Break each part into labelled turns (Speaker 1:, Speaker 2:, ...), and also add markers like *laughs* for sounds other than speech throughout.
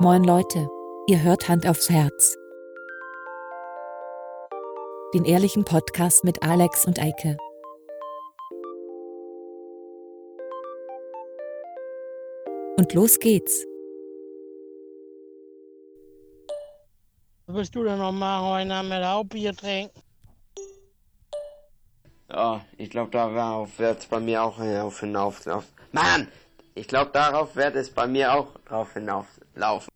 Speaker 1: Moin Leute, ihr hört Hand aufs Herz. Den ehrlichen Podcast mit Alex und Eike. Und los geht's.
Speaker 2: Was willst du denn noch machen heute Nachmittag? Auch Bier trinken?
Speaker 3: Ja, ich glaube, darauf wird es bei mir auch hinauf hinauflaufen. Mann! Ich glaube, darauf wird es bei mir auch drauf hinauflaufen.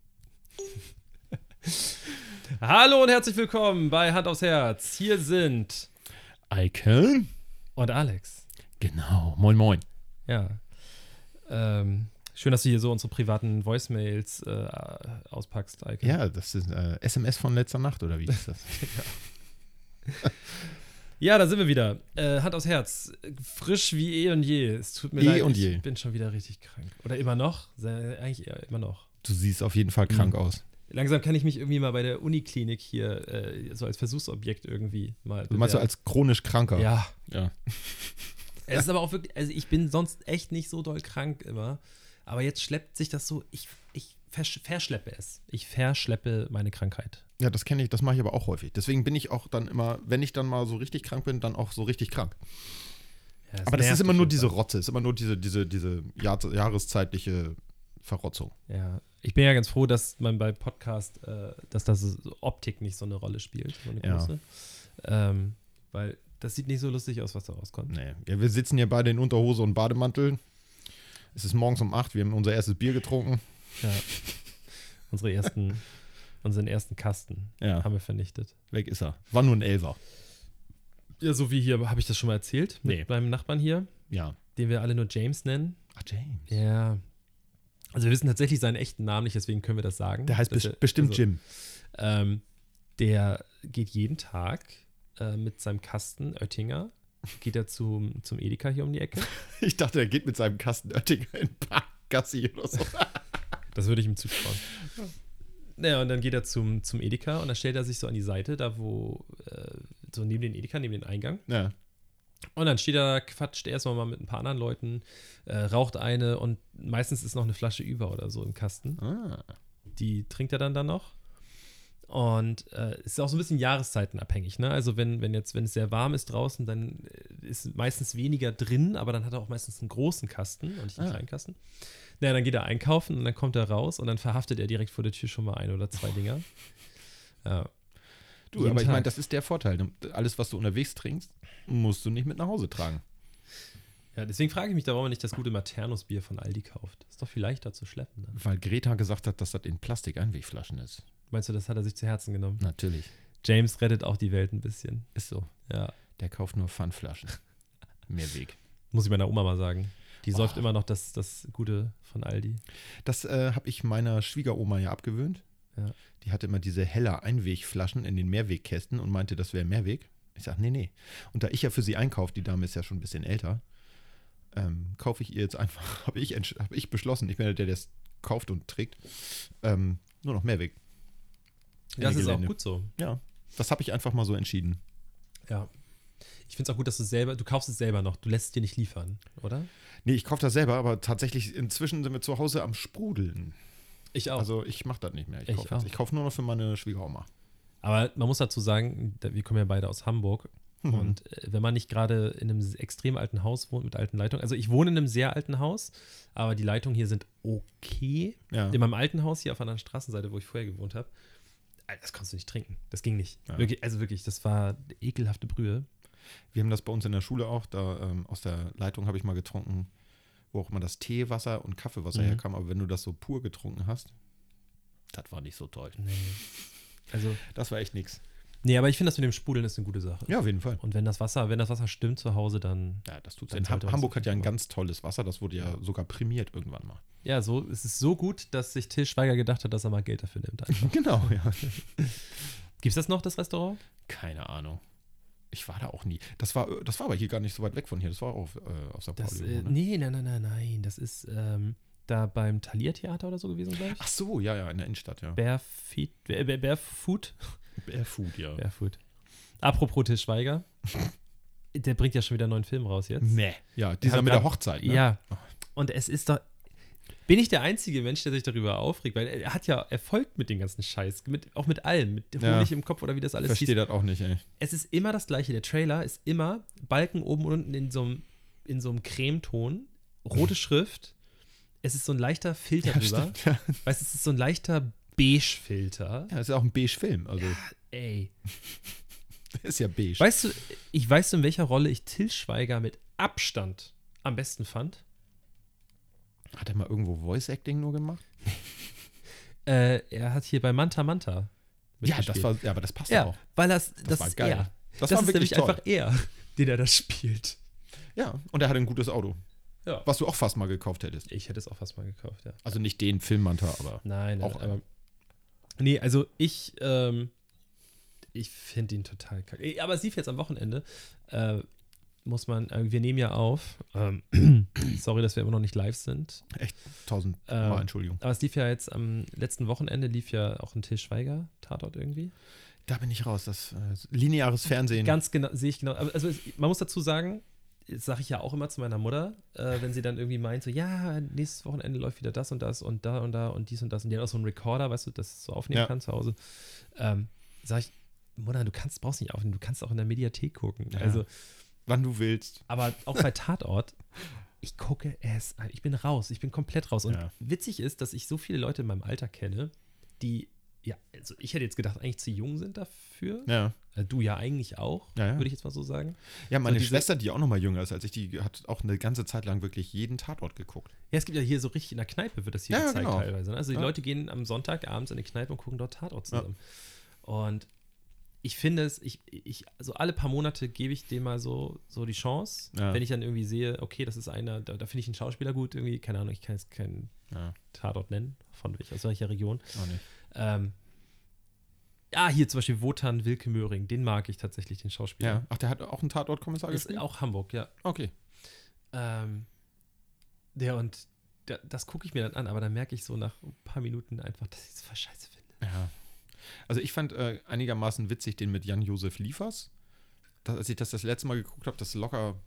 Speaker 4: Hallo und herzlich willkommen bei Hand aufs Herz. Hier sind
Speaker 5: Eike.
Speaker 4: und Alex.
Speaker 5: Genau. Moin, moin.
Speaker 4: Ja. Ähm, schön, dass du hier so unsere privaten Voicemails äh, auspackst, Eike.
Speaker 5: Ja, das ist äh, SMS von letzter Nacht, oder wie ist das?
Speaker 4: Ja, da sind wir wieder. Äh, Hand aufs Herz. Frisch wie eh und je. Es tut mir
Speaker 5: Eh
Speaker 4: leid,
Speaker 5: und
Speaker 4: ich
Speaker 5: je.
Speaker 4: bin schon wieder richtig krank. Oder immer noch? Sehr- Eigentlich eher immer noch.
Speaker 5: *laughs* Du siehst auf jeden Fall krank aus.
Speaker 4: Langsam kann ich mich irgendwie mal bei der Uniklinik hier äh, so als Versuchsobjekt irgendwie mal.
Speaker 5: Du meinst
Speaker 4: bewerben.
Speaker 5: du als chronisch kranker?
Speaker 4: Ja.
Speaker 5: Ja.
Speaker 4: *laughs* Es ist aber auch wirklich, also ich bin sonst echt nicht so doll krank immer. Aber jetzt schleppt sich das so, ich, ich versch verschleppe es. Ich verschleppe meine Krankheit.
Speaker 5: Ja, das kenne ich, das mache ich aber auch häufig. Deswegen bin ich auch dann immer, wenn ich dann mal so richtig krank bin, dann auch so richtig krank.
Speaker 4: Ja, es
Speaker 5: aber das
Speaker 4: nervt
Speaker 5: ist immer
Speaker 4: mich
Speaker 5: nur
Speaker 4: einfach.
Speaker 5: diese Rotze, ist immer nur diese, diese, diese Jahr, jahreszeitliche Verrotzung.
Speaker 4: Ja, ich bin ja ganz froh, dass man bei Podcast, äh, dass das so Optik nicht so eine Rolle spielt, so eine
Speaker 5: Ja.
Speaker 4: große. Ähm, weil das sieht nicht so lustig aus, was da rauskommt.
Speaker 5: Nee. Ja, wir sitzen hier beide in Unterhose und Bademantel. Es ist morgens um 8, wir haben unser erstes Bier getrunken. *laughs*
Speaker 4: Ja. Unsere ersten, unseren ersten Kasten
Speaker 5: Ja.
Speaker 4: haben wir vernichtet.
Speaker 5: Weg ist er. War nur ein Elfer.
Speaker 4: Ja, so wie hier, habe ich das schon mal erzählt, mit
Speaker 5: Nee.
Speaker 4: meinem Nachbarn hier,
Speaker 5: Ja.
Speaker 4: den wir alle nur James nennen.
Speaker 5: Ach, James.
Speaker 4: Ja. Also wir wissen tatsächlich seinen echten Namen nicht, deswegen können wir das sagen.
Speaker 5: Der heißt
Speaker 4: Dass
Speaker 5: bes-
Speaker 4: er-
Speaker 5: bestimmt
Speaker 4: also,
Speaker 5: Jim.
Speaker 4: Ähm, der geht jeden Tag äh, mit seinem Kasten Oettinger, geht er zum, zum Edeka hier um die Ecke.
Speaker 5: Ich dachte, er geht mit seinem Kasten Oettinger in Parkgassi oder so.
Speaker 4: Das würde ich ihm
Speaker 5: *laughs*
Speaker 4: zutrauen. Naja, und dann geht er zum, zum Edeka und dann stellt er sich so an die Seite, da wo, äh, so neben den Edeka, neben den Eingang.
Speaker 5: Ja.
Speaker 4: Und dann steht er da, quatscht erstmal mal mit ein paar anderen Leuten, äh, raucht eine und meistens ist noch eine Flasche über oder so im Kasten.
Speaker 5: Ah.
Speaker 4: die trinkt er dann dann noch. Und äh, es ist auch so ein bisschen jahreszeitenabhängig, ne? Also wenn, wenn jetzt, wenn es sehr warm ist draußen, dann äh, ist meistens weniger drin, aber dann hat er auch meistens einen großen Kasten und nicht einen
Speaker 5: Ah.
Speaker 4: kleinen Kasten. Naja, dann geht er einkaufen und dann kommt er raus und dann verhaftet er direkt vor der Tür schon mal ein oder zwei
Speaker 5: *laughs*
Speaker 4: Dinger. Ja.
Speaker 5: Du,
Speaker 4: Jeden
Speaker 5: aber ich
Speaker 4: Tag.
Speaker 5: meine, das ist der Vorteil. Alles, was du unterwegs trinkst, musst du nicht mit nach Hause tragen.
Speaker 4: ja, deswegen frage ich mich da, warum man nicht das gute Maternus-Bier von Aldi kauft. Ist doch viel leichter zu schleppen. Ne?
Speaker 5: Weil Greta gesagt hat, dass das in Plastik-Einwegflaschen ist.
Speaker 4: Meinst du, das hat er sich zu Herzen genommen?
Speaker 5: Natürlich.
Speaker 4: James rettet auch die Welt ein bisschen.
Speaker 5: Ist so.
Speaker 4: Ja.
Speaker 5: Der kauft nur *laughs* Pfandflaschen. Mehrweg.
Speaker 4: Muss ich meiner Oma mal sagen. Die
Speaker 5: Oh.
Speaker 4: säuft immer noch das, das Gute von Aldi.
Speaker 5: Das äh, habe ich meiner Schwiegeroma ja abgewöhnt.
Speaker 4: Ja.
Speaker 5: Die hatte immer diese heller Einwegflaschen in den Mehrwegkästen und meinte, das wäre Mehrweg. Ich sage, nee, nee. Und da ich ja für sie einkaufe, die Dame ist ja schon ein bisschen älter, ähm, kaufe ich ihr jetzt einfach, *laughs* habe ich, entsch- hab ich beschlossen, ich bin ja der, der es kauft und trägt, ähm, nur noch Mehrweg.
Speaker 4: Das
Speaker 5: Ende
Speaker 4: ist auch
Speaker 5: Gelände.
Speaker 4: gut so.
Speaker 5: Ja, das habe ich einfach mal so entschieden.
Speaker 4: Ja. Ich finde es auch gut, dass du selber, du kaufst es selber noch, du lässt es dir nicht liefern, oder?
Speaker 5: Nee, ich kaufe das selber, aber tatsächlich inzwischen sind wir zu Hause am Sprudeln.
Speaker 4: Ich auch.
Speaker 5: Also ich mache das nicht mehr.
Speaker 4: Ich
Speaker 5: Ich kaufe
Speaker 4: auch.
Speaker 5: kauf nur noch für meine Schwiegeroma.
Speaker 4: Aber man muss dazu sagen, da- wir kommen ja beide aus Hamburg.
Speaker 5: Mhm.
Speaker 4: Und äh, wenn man nicht gerade in einem extrem alten Haus wohnt mit alten Leitungen, also ich wohne in einem sehr alten Haus, aber die Leitungen hier sind okay.
Speaker 5: Ja.
Speaker 4: In meinem alten Haus hier auf einer Straßenseite, wo ich vorher gewohnt habe, Alter, das konntest du nicht trinken. Das ging nicht.
Speaker 5: Ja.
Speaker 4: Wirklich, also wirklich, das war ekelhafte Brühe.
Speaker 5: Wir haben das bei uns in der Schule auch, da ähm, aus der Leitung habe ich mal getrunken, wo auch immer das Teewasser und Kaffeewasser
Speaker 4: Mhm.
Speaker 5: herkam, aber wenn du das so pur getrunken hast, das war nicht so toll.
Speaker 4: Nee. Also,
Speaker 5: Das war echt nix.
Speaker 4: nee, aber ich finde das mit dem Sprudeln ist eine gute Sache.
Speaker 5: Ja, auf jeden Fall.
Speaker 4: Und wenn das Wasser, wenn das Wasser stimmt zu Hause, dann
Speaker 5: Ja, das tut's. halt
Speaker 4: Dann
Speaker 5: In Ham-
Speaker 4: sollte man
Speaker 5: Hamburg
Speaker 4: sich
Speaker 5: hat ja ein
Speaker 4: machen.
Speaker 5: ganz tolles Wasser, das wurde ja sogar prämiert irgendwann mal.
Speaker 4: ja, so es ist so gut, dass sich Till Schweiger gedacht hat, dass er mal Geld dafür nimmt.
Speaker 5: *laughs* *laughs* genau, ja.
Speaker 4: Gibt's das noch das Restaurant?
Speaker 5: Keine Ahnung. Ich war da auch nie. Das war, das war aber hier gar nicht so weit weg von hier. Das war auch auf, äh, auf St.
Speaker 4: Das,
Speaker 5: Pauli.
Speaker 4: äh,
Speaker 5: irgendwo, ne?
Speaker 4: nee, nein, nein, nein, nein, das ist ähm, da beim Thalia Theater oder so gewesen, glaube ich.
Speaker 5: Ach so, ja, ja, in der Innenstadt, ja.
Speaker 4: Barefoot, Bare- Bare- Barefoot,
Speaker 5: Barefoot, ja.
Speaker 4: Barefoot. Apropos Till
Speaker 5: *laughs*
Speaker 4: Schweiger, der bringt ja schon wieder einen neuen Film raus jetzt.
Speaker 5: Nee. Ja, dieser
Speaker 4: Hat
Speaker 5: mit der
Speaker 4: grad-
Speaker 5: Hochzeit, ne?
Speaker 4: Ja. Und es ist doch Bin ich der einzige Mensch, der sich darüber aufregt? Weil er hat ja Erfolg mit dem ganzen Scheiß, mit, auch mit allem, mit
Speaker 5: Ja.
Speaker 4: Honig im Kopf oder wie das alles
Speaker 5: Verstehe das auch nicht, ey.
Speaker 4: Es ist immer das gleiche. Der Trailer ist immer Balken oben und unten in so einem, in so einem Cremeton, rote Schrift. Es ist so ein leichter Filter drüber.
Speaker 5: stimmt, Mhm. ja.
Speaker 4: Weißt du, es ist so ein leichter Beige-Filter.
Speaker 5: Ja, ist ja auch ein beige Film, also
Speaker 4: Ey.
Speaker 5: *laughs* ist ja beige.
Speaker 4: Weißt du, ich weiß, in welcher Rolle ich Till Schweiger mit Abstand am besten fand.
Speaker 5: Hat er mal irgendwo Voice Acting nur gemacht?
Speaker 4: Äh, er hat hier bei Manta Manta.
Speaker 5: Ja, das
Speaker 4: mitgespielt.
Speaker 5: war, ja, aber das passt
Speaker 4: Ja,
Speaker 5: auch.
Speaker 4: weil das, das,
Speaker 5: war
Speaker 4: ist
Speaker 5: geil.
Speaker 4: er.
Speaker 5: Das
Speaker 4: Das,
Speaker 5: war
Speaker 4: ist nämlich
Speaker 5: wirklich toll.
Speaker 4: einfach er, *laughs* den er das spielt.
Speaker 5: Ja, und er hat ein gutes Auto,
Speaker 4: Ja.
Speaker 5: was du auch fast mal gekauft hättest.
Speaker 4: Ich hätte es auch fast mal gekauft, ja.
Speaker 5: Also nicht den Filmmantel, aber
Speaker 4: Nein,
Speaker 5: auch
Speaker 4: auch
Speaker 5: einmal.
Speaker 4: aber, Nee, also ich, ähm, ich finde ihn total kacke. Eh, Aber es lief jetzt am Wochenende. Äh, muss man, äh, wir nehmen ja auf. Ähm, sorry, dass wir immer noch nicht live sind.
Speaker 5: echt tausendmal,
Speaker 4: Ähm,
Speaker 5: Entschuldigung.
Speaker 4: Aber es lief ja jetzt am letzten Wochenende, lief ja auch ein Till Schweiger-Tatort irgendwie.
Speaker 5: Da bin ich raus, das äh, lineares Fernsehen.
Speaker 4: Ganz genau, sehe ich genau. Aber Also es, man muss dazu sagen, das sage ich ja auch immer zu meiner Mutter, äh, wenn sie dann irgendwie meint, so, ja, nächstes Wochenende läuft wieder das und das und da und da und dies und das. Und die hat auch so einen Recorder, weißt du, das so aufnehmen
Speaker 5: Ja.
Speaker 4: kann zu Hause. Ähm, sage ich, Mutter, du kannst, brauchst nicht aufnehmen, du kannst auch in der Mediathek gucken.
Speaker 5: Ja.
Speaker 4: Also,
Speaker 5: wann du willst.
Speaker 4: aber auch bei Tatort, ich gucke es, an. ich bin raus, ich bin komplett raus. Und
Speaker 5: Ja.
Speaker 4: witzig ist, dass ich so viele Leute in meinem Alter kenne, die, ja, also ich hätte jetzt gedacht, eigentlich zu jung sind dafür.
Speaker 5: Ja.
Speaker 4: Äh, Du ja eigentlich auch,
Speaker 5: Ja, ja.
Speaker 4: würde ich jetzt mal so sagen.
Speaker 5: Ja,
Speaker 4: So
Speaker 5: meine
Speaker 4: diese-
Speaker 5: Schwester, die auch noch mal jünger ist als ich, die hat auch eine ganze Zeit lang wirklich jeden Tatort geguckt.
Speaker 4: Ja, es gibt ja hier so richtig in der Kneipe wird das hier
Speaker 5: Ja, ja,
Speaker 4: gezeigt
Speaker 5: genau.
Speaker 4: teilweise. ne? Also die
Speaker 5: Ja.
Speaker 4: Leute gehen am Sonntag abends in die Kneipe und gucken dort Tatort
Speaker 5: Ja.
Speaker 4: zusammen. Und ich finde es, ich, ich, also alle paar Monate gebe ich dem mal so, so die Chance,
Speaker 5: Ja.
Speaker 4: wenn ich dann irgendwie sehe, okay, das ist einer, da, da finde ich einen Schauspieler gut, irgendwie, keine Ahnung, ich kann jetzt keinen
Speaker 5: Ja,
Speaker 4: Tatort nennen, von welch, aus welcher Region.
Speaker 5: auch nicht.
Speaker 4: Ähm, ja, hier zum Beispiel Wotan Wilke Möhring, den mag ich tatsächlich, den
Speaker 5: Ja.
Speaker 4: Schauspieler.
Speaker 5: Ach, der hat auch einen Tatortkommissar
Speaker 4: Ist
Speaker 5: gespielt?
Speaker 4: auch Hamburg, ja.
Speaker 5: Okay.
Speaker 4: Ähm, der und da, das gucke ich mir dann an, aber dann merke ich so nach ein paar Minuten einfach, dass ich es voll scheiße finde.
Speaker 5: Ja. Also ich fand äh, einigermaßen witzig den mit Jan-Josef Liefers. Das, als ich das das letzte Mal geguckt habe, das ist locker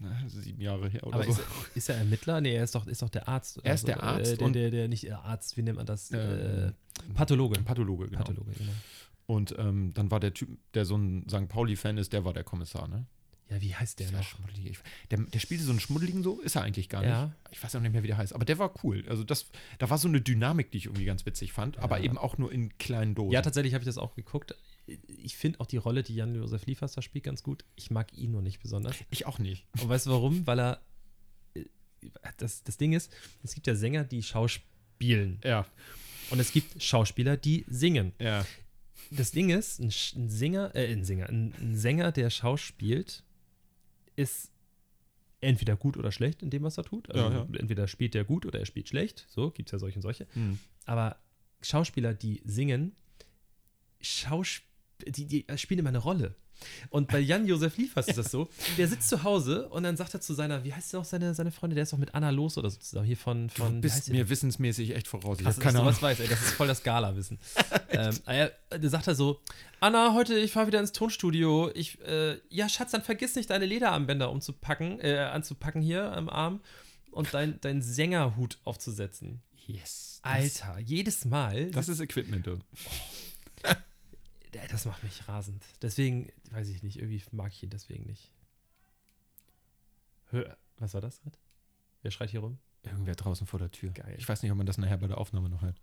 Speaker 5: na, sieben Jahre her oder
Speaker 4: aber
Speaker 5: so.
Speaker 4: ist, er- ist er Ermittler? Nee, er ist doch, ist doch der Arzt.
Speaker 5: Er ist der Arzt
Speaker 4: Äh, der,
Speaker 5: und-
Speaker 4: der, der, nicht äh, Arzt, wie nennt man das?
Speaker 5: Ähm,
Speaker 4: Äh, Pathologe.
Speaker 5: Ein Pathologe, genau.
Speaker 4: Pathologe, genau.
Speaker 5: Und ähm, dann war der Typ, der so ein St. Pauli-Fan ist, der war der Kommissar, ne?
Speaker 4: Ja, wie heißt der
Speaker 5: Dieser
Speaker 4: noch?
Speaker 5: schmuddelige- ich- Der, der spielte so einen schmuddeligen so, ist er eigentlich gar nicht.
Speaker 4: Ja.
Speaker 5: Ich weiß auch nicht mehr, wie der heißt. Aber der war cool. Also das, da war so eine Dynamik, die ich irgendwie ganz witzig fand, aber
Speaker 4: Ja.
Speaker 5: eben auch nur in kleinen Dosen.
Speaker 4: Ja, tatsächlich habe ich das auch geguckt. Ich finde auch die Rolle, die Jan-Josef Liefers da spielt, ganz gut. Ich mag ihn nur nicht besonders.
Speaker 5: ich auch nicht.
Speaker 4: Und weißt du warum? Weil er. äh, Das, das Ding ist, es gibt ja Sänger, die schauspielen.
Speaker 5: Ja,
Speaker 4: Und es gibt Schauspieler, die singen.
Speaker 5: ja.
Speaker 4: Das Ding ist, ein, Sch- ein Singer, äh, ein Singer, ein, ein Sänger, der schauspielt, ist entweder gut oder schlecht in dem, was er tut. Also
Speaker 5: Ja, ja.
Speaker 4: entweder spielt er gut oder er spielt schlecht. So, gibt es ja solche und solche.
Speaker 5: Hm.
Speaker 4: Aber Schauspieler, die singen, Schausp die, die spielen immer eine Rolle. Und bei Jan-Josef Liefers ist das so, der sitzt zu Hause und dann sagt er zu seiner, wie heißt denn auch seine, seine Freundin, der ist doch mit Anna Los oder so zusammen, hier von,
Speaker 5: Du
Speaker 4: von wie heißt
Speaker 5: bist
Speaker 4: die
Speaker 5: mir wissensmäßig echt voraus. Ich
Speaker 4: Krass,
Speaker 5: hab
Speaker 4: dass du was weißt, ey. Das ist voll das
Speaker 5: *laughs*
Speaker 4: Gala-Wissen. ähm, er, da sagt er so, Anna, heute, ich fahre wieder ins Tonstudio. Ich, äh, ja, Schatz, dann vergiss nicht, deine Lederarmbänder umzupacken, äh, anzupacken hier am Arm und dein, deinen Sängerhut aufzusetzen.
Speaker 5: Yes. Das,
Speaker 4: Alter, jedes Mal.
Speaker 5: das ist Equipment. du.
Speaker 4: Ey, das macht mich rasend. Deswegen, weiß ich nicht, irgendwie mag ich ihn deswegen nicht. Hö, Was war das gerade? Wer schreit hier rum?
Speaker 5: Irgendwer draußen vor der Tür.
Speaker 4: Geil.
Speaker 5: Ich weiß nicht, ob man das nachher bei der Aufnahme noch hört.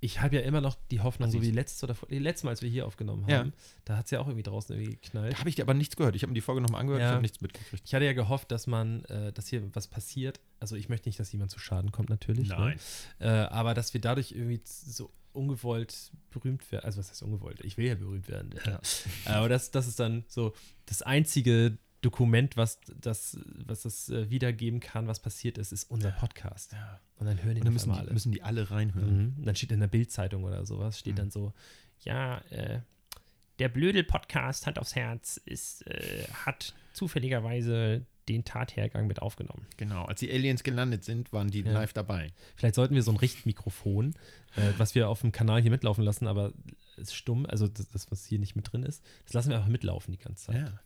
Speaker 4: Ich habe ja immer noch die Hoffnung, so
Speaker 5: Assis.
Speaker 4: wie letztes oder vor- nee, letztes Mal, als wir hier aufgenommen
Speaker 5: Ja.
Speaker 4: haben, da hat es ja auch irgendwie draußen irgendwie geknallt.
Speaker 5: Da habe ich dir aber nichts gehört. Ich habe mir die Folge nochmal angehört, ich
Speaker 4: Ja.
Speaker 5: habe nichts mitgekriegt.
Speaker 4: Ich hatte ja gehofft, dass man, äh, dass hier was passiert. Also ich möchte nicht, dass jemand zu Schaden kommt, natürlich. Ne? Äh, aber dass wir dadurch irgendwie z- so ungewollt berühmt werden. Also was heißt ungewollt? Ich will ja berühmt werden. aber das, das ist dann so das einzige Dokument, was das, was das äh, wiedergeben kann, was passiert ist, ist unser Podcast. Und dann hören die
Speaker 5: Und
Speaker 4: das
Speaker 5: dann müssen
Speaker 4: mal
Speaker 5: die,
Speaker 4: alle.
Speaker 5: müssen die alle reinhören.
Speaker 4: Mhm. Und Dann steht in der Bildzeitung oder sowas, steht
Speaker 5: Mhm.
Speaker 4: dann so, ja, äh, der Blödel-Podcast Hand aufs Herz ist, äh, hat zufälligerweise den Tathergang mit aufgenommen.
Speaker 5: Genau. Als die Aliens gelandet sind, waren die
Speaker 4: Ja.
Speaker 5: live dabei.
Speaker 4: Vielleicht sollten wir so ein Richtmikrofon, äh, was wir auf dem Kanal hier mitlaufen lassen, aber ist stumm, also das, das was hier nicht mit drin ist, das lassen wir einfach mitlaufen die ganze Zeit.
Speaker 5: Ja.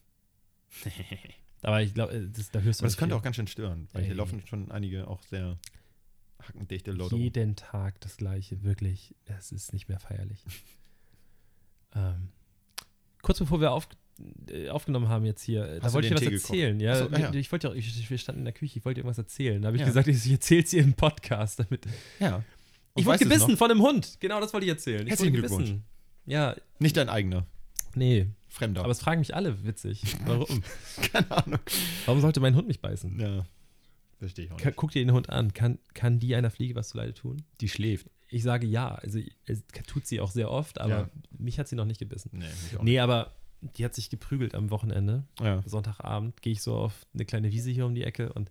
Speaker 4: Aber ich glaube, äh, das- da hörst du
Speaker 5: Aber das
Speaker 4: nicht
Speaker 5: könnte
Speaker 4: viel.
Speaker 5: auch ganz schön stören, weil hier
Speaker 4: Ey.
Speaker 5: laufen schon einige auch sehr Hackendichte Lotto.
Speaker 4: Jeden Tag das Gleiche, wirklich. Es ist nicht mehr
Speaker 5: *laughs*
Speaker 4: feierlich. ähm, kurz bevor wir auf, äh, aufgenommen haben jetzt hier, äh, da
Speaker 5: Hast du
Speaker 4: wollte ich
Speaker 5: den
Speaker 4: was
Speaker 5: Tee
Speaker 4: erzählen. Ja,
Speaker 5: Ach so, ah ja.
Speaker 4: Ich, ich wollte ja auch, ich, wir standen in der Küche, ich wollte irgendwas erzählen. Da habe ich
Speaker 5: Ja.
Speaker 4: gesagt, ich, ich erzähle es hier im Podcast. Damit.
Speaker 5: Ja. Und
Speaker 4: Ich wurde
Speaker 5: weißt du's
Speaker 4: gebissen
Speaker 5: noch?
Speaker 4: von einem Hund. Genau das wollte ich erzählen. Ich
Speaker 5: Herzlichen
Speaker 4: wurde gebissen.
Speaker 5: Glückwunsch.
Speaker 4: Ja,
Speaker 5: Nicht dein eigener,
Speaker 4: nee.
Speaker 5: fremder.
Speaker 4: Aber es fragen mich alle, witzig. Warum?
Speaker 5: *laughs* keine Ahnung.
Speaker 4: Warum sollte mein Hund mich beißen?
Speaker 5: Ja. Verstehe ich auch
Speaker 4: Ka-
Speaker 5: nicht.
Speaker 4: Guck dir den Hund an. Kann, kann die einer Fliege was zu Leide tun?
Speaker 5: Die schläft.
Speaker 4: Ich sage ja. Also es tut sie auch sehr oft, aber
Speaker 5: Ja.
Speaker 4: mich hat sie noch nicht gebissen.
Speaker 5: Nee, mich auch
Speaker 4: Nee, aber die hat sich geprügelt am Wochenende.
Speaker 5: nicht. Ja.
Speaker 4: Sonntagabend gehe ich so auf eine kleine Wiese hier um die Ecke und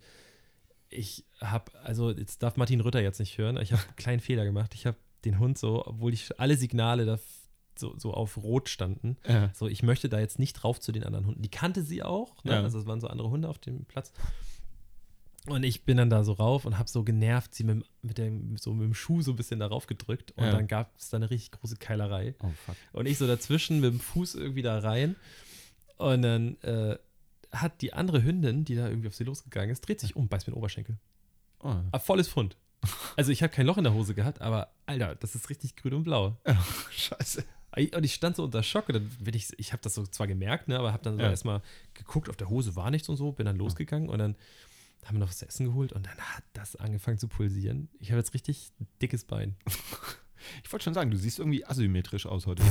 Speaker 4: ich habe, also jetzt darf Martin Rütter jetzt nicht hören, ich habe einen kleinen Fehler gemacht. Ich habe den Hund so, obwohl ich alle Signale da f- so, so auf Rot standen,
Speaker 5: Ja.
Speaker 4: so, Also ich möchte da jetzt nicht drauf zu den anderen Hunden. Die kannte sie auch, ne?
Speaker 5: Ja.
Speaker 4: also es waren so andere Hunde auf dem Platz. Und ich bin dann da so rauf und habe so genervt sie mit, dem- mit, dem, so mit dem Schuh so ein bisschen darauf gedrückt. Und
Speaker 5: Ja.
Speaker 4: dann gab es da eine richtig große Keilerei.
Speaker 5: Oh, fuck.
Speaker 4: Und ich so dazwischen mit dem Fuß irgendwie da rein. Und dann äh, hat die andere Hündin, die da irgendwie auf sie losgegangen ist, dreht sich um, beißt mir den Oberschenkel.
Speaker 5: Oh.
Speaker 4: Ah, volles Pfund. Also ich habe kein Loch in der Hose gehabt, aber Alter, das ist richtig grün und blau.
Speaker 5: Ah. *laughs* Scheiße.
Speaker 4: Und ich stand so unter Schock und dann bin ich, ich habe das so zwar gemerkt, ne, aber habe dann so
Speaker 5: Ja.
Speaker 4: erstmal geguckt, auf der Hose war nichts und so, bin dann losgegangen und dann haben wir noch was zu essen geholt und dann hat das angefangen zu pulsieren. Ich habe jetzt richtig ein dickes Bein.
Speaker 5: Ich wollte schon sagen, du siehst irgendwie asymmetrisch aus heute.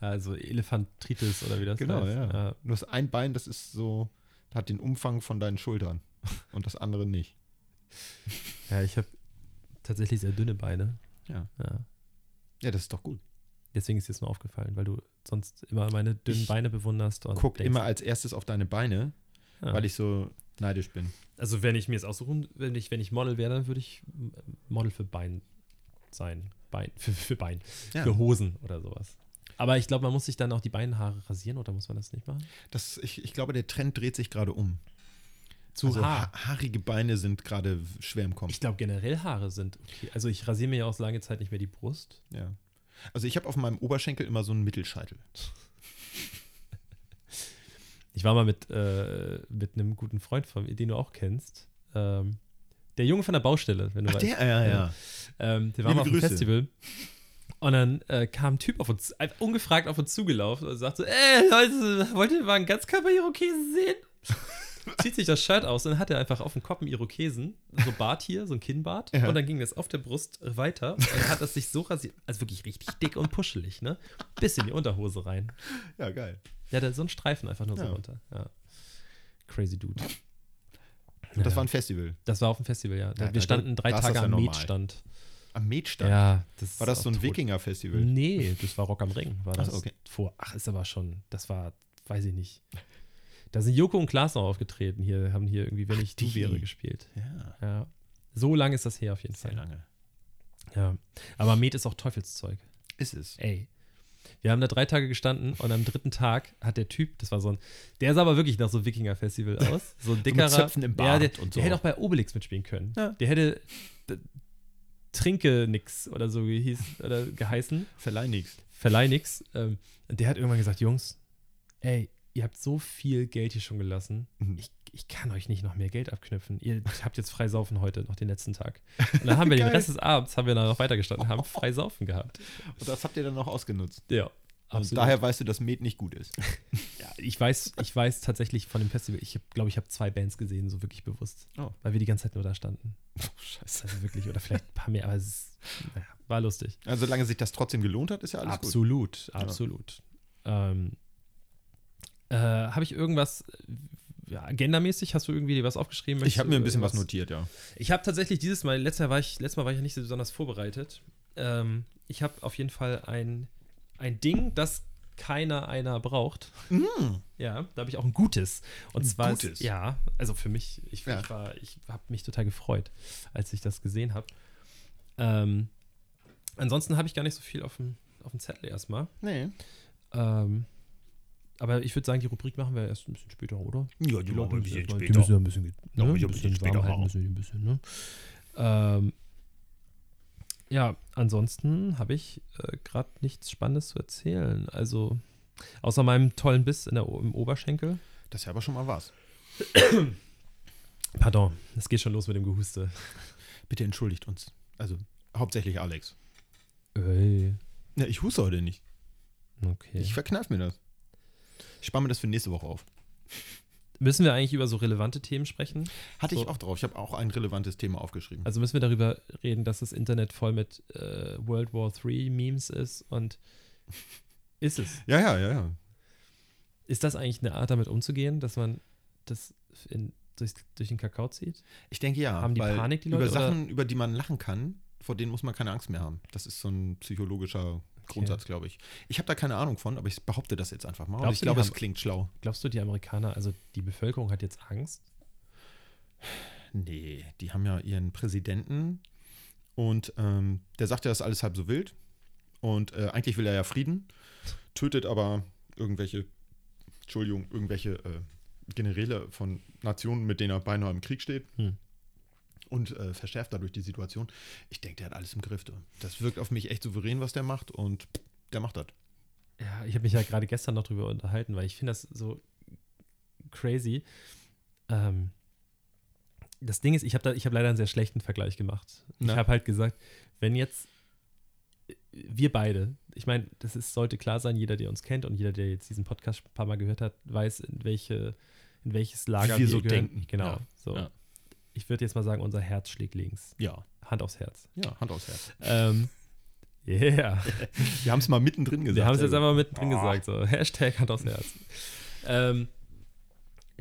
Speaker 4: Also Elefantritis oder wie das heißt.
Speaker 5: Genau, ja. Du hast ein Bein, das ist so, hat den Umfang von deinen Schultern *laughs* und das andere nicht.
Speaker 4: Ja, ich habe tatsächlich sehr dünne Beine.
Speaker 5: Ja.
Speaker 4: ja.
Speaker 5: Ja, das ist doch gut.
Speaker 4: Deswegen ist dir das nur aufgefallen, weil du sonst immer meine dünnen
Speaker 5: Ich
Speaker 4: Beine bewunderst. Und
Speaker 5: Guck
Speaker 4: denkst,
Speaker 5: immer als erstes auf deine Beine,
Speaker 4: ja.
Speaker 5: weil ich so neidisch bin.
Speaker 4: Also wenn ich mir jetzt aussuchen, wenn ich, wenn ich Model wäre, dann würde ich ähm, Model für Bein sein. Bein, für, für Bein.
Speaker 5: Ja.
Speaker 4: Für Hosen oder sowas. Aber ich glaube, man muss sich dann auch die Beinhaare rasieren oder muss man das nicht machen?
Speaker 5: Das, ich, ich glaube, der Trend dreht sich gerade um.
Speaker 4: Zu Haar.
Speaker 5: Also ha- haarige Beine sind gerade w- schwer im Kommen.
Speaker 4: Ich glaube, generell Haare sind okay. Also ich rasiere mir ja auch lange Zeit nicht mehr die Brust.
Speaker 5: ja. Also ich habe auf meinem Oberschenkel immer so einen Mittelscheitel.
Speaker 4: Ich war mal mit, äh, mit einem guten Freund von mir, den du auch kennst. Ähm, der Junge von der Baustelle, wenn du weißt.
Speaker 5: ja,
Speaker 4: ja. Ähm, der war
Speaker 5: Liebe
Speaker 4: mal auf dem
Speaker 5: Grüße.
Speaker 4: Festival. Und dann äh, kam ein Typ auf uns, äh, ungefragt auf uns zugelaufen und sagte: Ey, Leute, wollt ihr mal einen Ganzkörper-Irokesen sehen?
Speaker 5: *laughs*
Speaker 4: Zieht sich das Shirt aus und dann hat er einfach auf dem Kopf einen Irokesen, so Bart hier, so ein Kinnbart.
Speaker 5: Ja.
Speaker 4: Und dann ging das auf der Brust weiter und dann hat das sich so rasiert. Also wirklich richtig dick und puschelig, ne? Bis in die Unterhose rein.
Speaker 5: Ja, geil.
Speaker 4: Ja, da so ein Streifen einfach nur so
Speaker 5: Ja.
Speaker 4: runter. Ja. Crazy Dude.
Speaker 5: Und das
Speaker 4: Ja.
Speaker 5: war ein Festival.
Speaker 4: Das war auf dem Festival, ja. Da,
Speaker 5: Ja,
Speaker 4: wir
Speaker 5: da-
Speaker 4: standen drei
Speaker 5: da ist das
Speaker 4: Tage
Speaker 5: ja
Speaker 4: am
Speaker 5: normal.
Speaker 4: Mietstand.
Speaker 5: Am Metstand.
Speaker 4: Ja, das
Speaker 5: War
Speaker 4: ist
Speaker 5: das so
Speaker 4: auch
Speaker 5: ein
Speaker 4: tot.
Speaker 5: Wikinger-Festival?
Speaker 4: Nee, das war Rock am Ring. War
Speaker 5: Ach
Speaker 4: das
Speaker 5: so, okay.
Speaker 4: vor. Ach, ist aber schon. Das war, weiß ich nicht. Da sind Joko und Klaas noch aufgetreten hier, haben hier irgendwie, wenn
Speaker 5: Ach,
Speaker 4: ich du
Speaker 5: die.
Speaker 4: wäre, gespielt.
Speaker 5: Ja.
Speaker 4: Ja. So lange ist das her auf jeden
Speaker 5: Sehr
Speaker 4: Fall.
Speaker 5: lange.
Speaker 4: Ja. Aber Met ist auch Teufelszeug.
Speaker 5: Ist es.
Speaker 4: Ey. Wir haben da drei Tage gestanden und am dritten Tag hat der Typ, das war so ein, der sah aber wirklich nach so einem Wikinger-Festival aus. So
Speaker 5: *laughs*
Speaker 4: ein dickerer.
Speaker 5: Zöpfen im
Speaker 4: ja,
Speaker 5: Bart
Speaker 4: der,
Speaker 5: und so.
Speaker 4: der hätte auch bei Obelix mitspielen können.
Speaker 5: Ja.
Speaker 4: Der hätte d- Trinke nix oder so gehieß, oder geheißen.
Speaker 5: Verleih nix.
Speaker 4: Verleih nix. Ähm, und der hat irgendwann gesagt, Jungs, ey, ihr habt so viel Geld hier schon gelassen.
Speaker 5: Mhm.
Speaker 4: Ich, ich kann euch nicht noch mehr Geld abknüpfen. Ihr *laughs* habt jetzt frei saufen heute, noch den letzten Tag. Und dann haben wir den
Speaker 5: Geil.
Speaker 4: Rest des Abends, haben wir dann noch weitergestanden,
Speaker 5: *laughs*
Speaker 4: haben frei saufen gehabt.
Speaker 5: Und das habt ihr dann auch ausgenutzt.
Speaker 4: Ja,
Speaker 5: Und
Speaker 4: absolut.
Speaker 5: daher weißt du, dass Met nicht gut ist.
Speaker 4: ja, ich, weiß, ich weiß tatsächlich von dem Festival, ich glaube, ich habe zwei Bands gesehen, so wirklich bewusst.
Speaker 5: Oh.
Speaker 4: Weil wir die ganze Zeit nur da standen.
Speaker 5: scheiße.
Speaker 4: Also wirklich, oder vielleicht ein paar mehr, aber es ist, naja, war lustig.
Speaker 5: Also solange sich das trotzdem gelohnt hat, ist ja alles gut.
Speaker 4: absolut, absolut. Ähm, äh, habe ich irgendwas äh, ja, agendamäßig? Hast du irgendwie dir was aufgeschrieben?
Speaker 5: Ich
Speaker 4: Möchtest
Speaker 5: habe
Speaker 4: du
Speaker 5: mir ein bisschen was
Speaker 4: irgendwas-
Speaker 5: notiert, ja.
Speaker 4: Ich habe tatsächlich dieses Mal, letztes, Jahr war ich, letztes Mal war ich ja nicht so besonders vorbereitet. Ähm, ich habe auf jeden Fall ein, ein Ding, das keiner einer braucht. Ja, da habe ich auch ein gutes. Und
Speaker 5: Mm. Ein
Speaker 4: zwar,
Speaker 5: gutes?
Speaker 4: Ist, ja, also für mich, ich,
Speaker 5: Ja.
Speaker 4: ich, war- ich habe mich total gefreut, als ich das gesehen habe. Ähm, ansonsten habe ich gar nicht so viel auf dem, auf dem Zettel erstmal.
Speaker 5: Nee.
Speaker 4: Ähm, aber ich würde sagen, die Rubrik machen wir erst ein bisschen später, oder?
Speaker 5: Ja,
Speaker 4: Die Leute müssen erstmal- die
Speaker 5: später.
Speaker 4: müssen ja ein bisschen, ge-
Speaker 5: Ja,
Speaker 4: ne?
Speaker 5: muss ich
Speaker 4: ein
Speaker 5: ein
Speaker 4: bisschen
Speaker 5: bisschen
Speaker 4: warm
Speaker 5: später
Speaker 4: halten,
Speaker 5: machen.
Speaker 4: müssen die ein bisschen, ne? Ähm, ja, ansonsten habe ich äh, gerade nichts Spannendes zu erzählen. Also, außer meinem tollen Biss in der, O- im Oberschenkel.
Speaker 5: Das ist ja aber schon mal was.
Speaker 4: Pardon, es geht schon los mit dem Gehuste.
Speaker 5: Bitte entschuldigt uns. Also hauptsächlich Alex.
Speaker 4: Ey,
Speaker 5: Ja, ich huste heute nicht.
Speaker 4: okay.
Speaker 5: Ich verkneif mir das. Ich spare mir das für nächste Woche auf.
Speaker 4: Müssen wir eigentlich über so relevante Themen sprechen?
Speaker 5: Hatte ich
Speaker 4: So.
Speaker 5: auch drauf. Ich habe auch ein relevantes Thema aufgeschrieben.
Speaker 4: Also müssen wir darüber reden, dass das Internet voll mit äh, World War III Memes ist und ist es?
Speaker 5: ja, ja, ja, ja.
Speaker 4: Ist das eigentlich eine Art, damit umzugehen, dass man das in, durch, durch den Kakao zieht?
Speaker 5: Ich denke ja.
Speaker 4: Haben die
Speaker 5: weil
Speaker 4: Panik, die Leute,
Speaker 5: Über
Speaker 4: oder?
Speaker 5: Sachen, über die man lachen kann, vor denen muss man keine Angst mehr haben. Das ist so ein psychologischer Grundsatz, glaube ich. Ich habe da keine Ahnung von, aber ich behaupte das jetzt einfach mal. Und
Speaker 4: Glaubst
Speaker 5: ich
Speaker 4: du, die
Speaker 5: glaube, es
Speaker 4: haben-
Speaker 5: klingt schlau.
Speaker 4: Glaubst du, die Amerikaner, also die Bevölkerung hat jetzt Angst?
Speaker 5: Nee, die haben ja ihren Präsidenten und ähm, der sagt ja, das ist alles halb so wild. Und äh, eigentlich will er ja Frieden, tötet aber irgendwelche, Entschuldigung, irgendwelche äh, Generäle von Nationen, mit denen er beinahe im Krieg steht.
Speaker 4: Hm.
Speaker 5: Und äh, verschärft dadurch die Situation. Ich denke, der hat alles im Griff. Du. Das wirkt auf mich echt souverän, was der macht. Und der macht das.
Speaker 4: Ja, ich habe mich ja gerade gestern noch drüber unterhalten, weil ich finde das so crazy. Ähm, das Ding ist, ich habe da, ich habe leider einen sehr schlechten Vergleich gemacht.
Speaker 5: Na?
Speaker 4: Ich habe halt gesagt, wenn jetzt äh, wir beide, ich meine, das ist, sollte klar sein, jeder, der uns kennt und jeder, der jetzt diesen Podcast ein paar Mal gehört hat, weiß, in welche, in welches Lager
Speaker 5: wir so
Speaker 4: gehören.
Speaker 5: denken.
Speaker 4: Genau.
Speaker 5: Ja,
Speaker 4: So.
Speaker 5: ja.
Speaker 4: Ich würde jetzt mal sagen, unser Herz schlägt links.
Speaker 5: Ja,
Speaker 4: Hand aufs
Speaker 5: *laughs*
Speaker 4: Herz.
Speaker 5: ja, Hand aufs Herz.
Speaker 4: Ähm, yeah.
Speaker 5: Wir haben es mal mittendrin gesagt. Also
Speaker 4: Wir haben es jetzt
Speaker 5: Sehr gut.
Speaker 4: einfach mittendrin gesagt, so. *laughs* Hashtag Hand aufs Herz. ähm,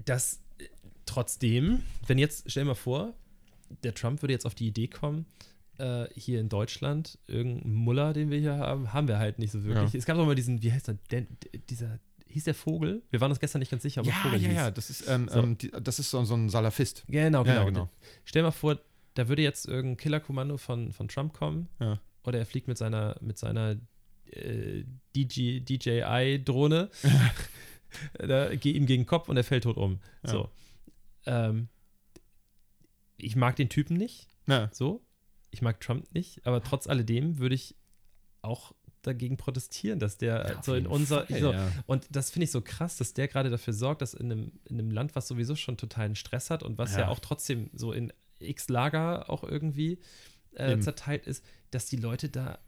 Speaker 4: das äh, trotzdem, wenn jetzt, stell dir mal vor, der Trump würde jetzt auf die Idee kommen, äh, hier in Deutschland, irgendein Muller, den wir hier haben, haben wir halt nicht so wirklich. Es gab doch mal diesen, wie heißt der, Den, dieser, hieß der Vogel? Wir waren uns gestern nicht ganz sicher, ob er
Speaker 5: Ja,
Speaker 4: Vogel
Speaker 5: ja,
Speaker 4: hieß.
Speaker 5: ja, das ist, ähm,
Speaker 4: So.
Speaker 5: ähm, die, das ist so, so ein Salafist.
Speaker 4: Genau,
Speaker 5: Ja,
Speaker 4: genau.
Speaker 5: genau.
Speaker 4: Stell dir mal vor, da würde jetzt irgendein Killerkommando von, von Trump kommen
Speaker 5: Ja.
Speaker 4: oder er fliegt mit seiner, mit seiner äh, DJ,
Speaker 5: *laughs*
Speaker 4: DJI-Drohne, da geht ihm gegen den Kopf und er fällt tot um.
Speaker 5: Ja.
Speaker 4: So. Ähm, ich mag den Typen nicht,
Speaker 5: Ja.
Speaker 4: so. Ich mag Trump nicht, aber trotz alledem würde ich auch dagegen protestieren, dass der
Speaker 5: auf
Speaker 4: so Also in
Speaker 5: jeden
Speaker 4: unser
Speaker 5: Fall,
Speaker 4: so,
Speaker 5: ja.
Speaker 4: und das finde ich so krass, dass der gerade dafür sorgt, dass in einem, in einem Land, was sowieso schon totalen Stress hat und was ja,
Speaker 5: Ja.
Speaker 4: auch trotzdem so in x Lager auch irgendwie äh,
Speaker 5: Eben.
Speaker 4: zerteilt ist, dass die Leute da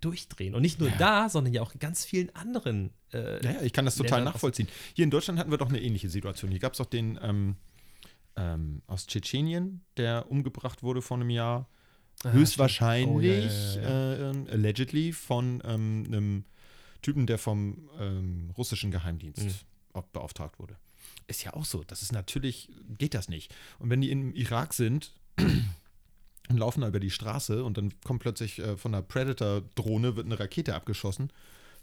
Speaker 4: durchdrehen. Und nicht nur
Speaker 5: Ja.
Speaker 4: da, sondern ja auch in ganz vielen anderen. Äh,
Speaker 5: Ja, ja, ich kann das total
Speaker 4: Ländern aus-
Speaker 5: nachvollziehen. Hier in Deutschland hatten wir doch eine ähnliche Situation. Hier gab es doch den ähm, ähm, aus Tschetschenien, der umgebracht wurde vor einem Jahr. Höchstwahrscheinlich,
Speaker 4: Ah, Oh, ja, ja,
Speaker 5: äh, ähm, allegedly, von ähm, einem Typen, der vom ähm, russischen Geheimdienst
Speaker 4: Mhm.
Speaker 5: au- beauftragt wurde. Ist ja auch so. Das ist natürlich, geht das nicht. Und wenn die im Irak sind *clears throat* und laufen da über die Straße und dann kommt plötzlich äh, von einer Predator-Drohne, wird eine Rakete abgeschossen,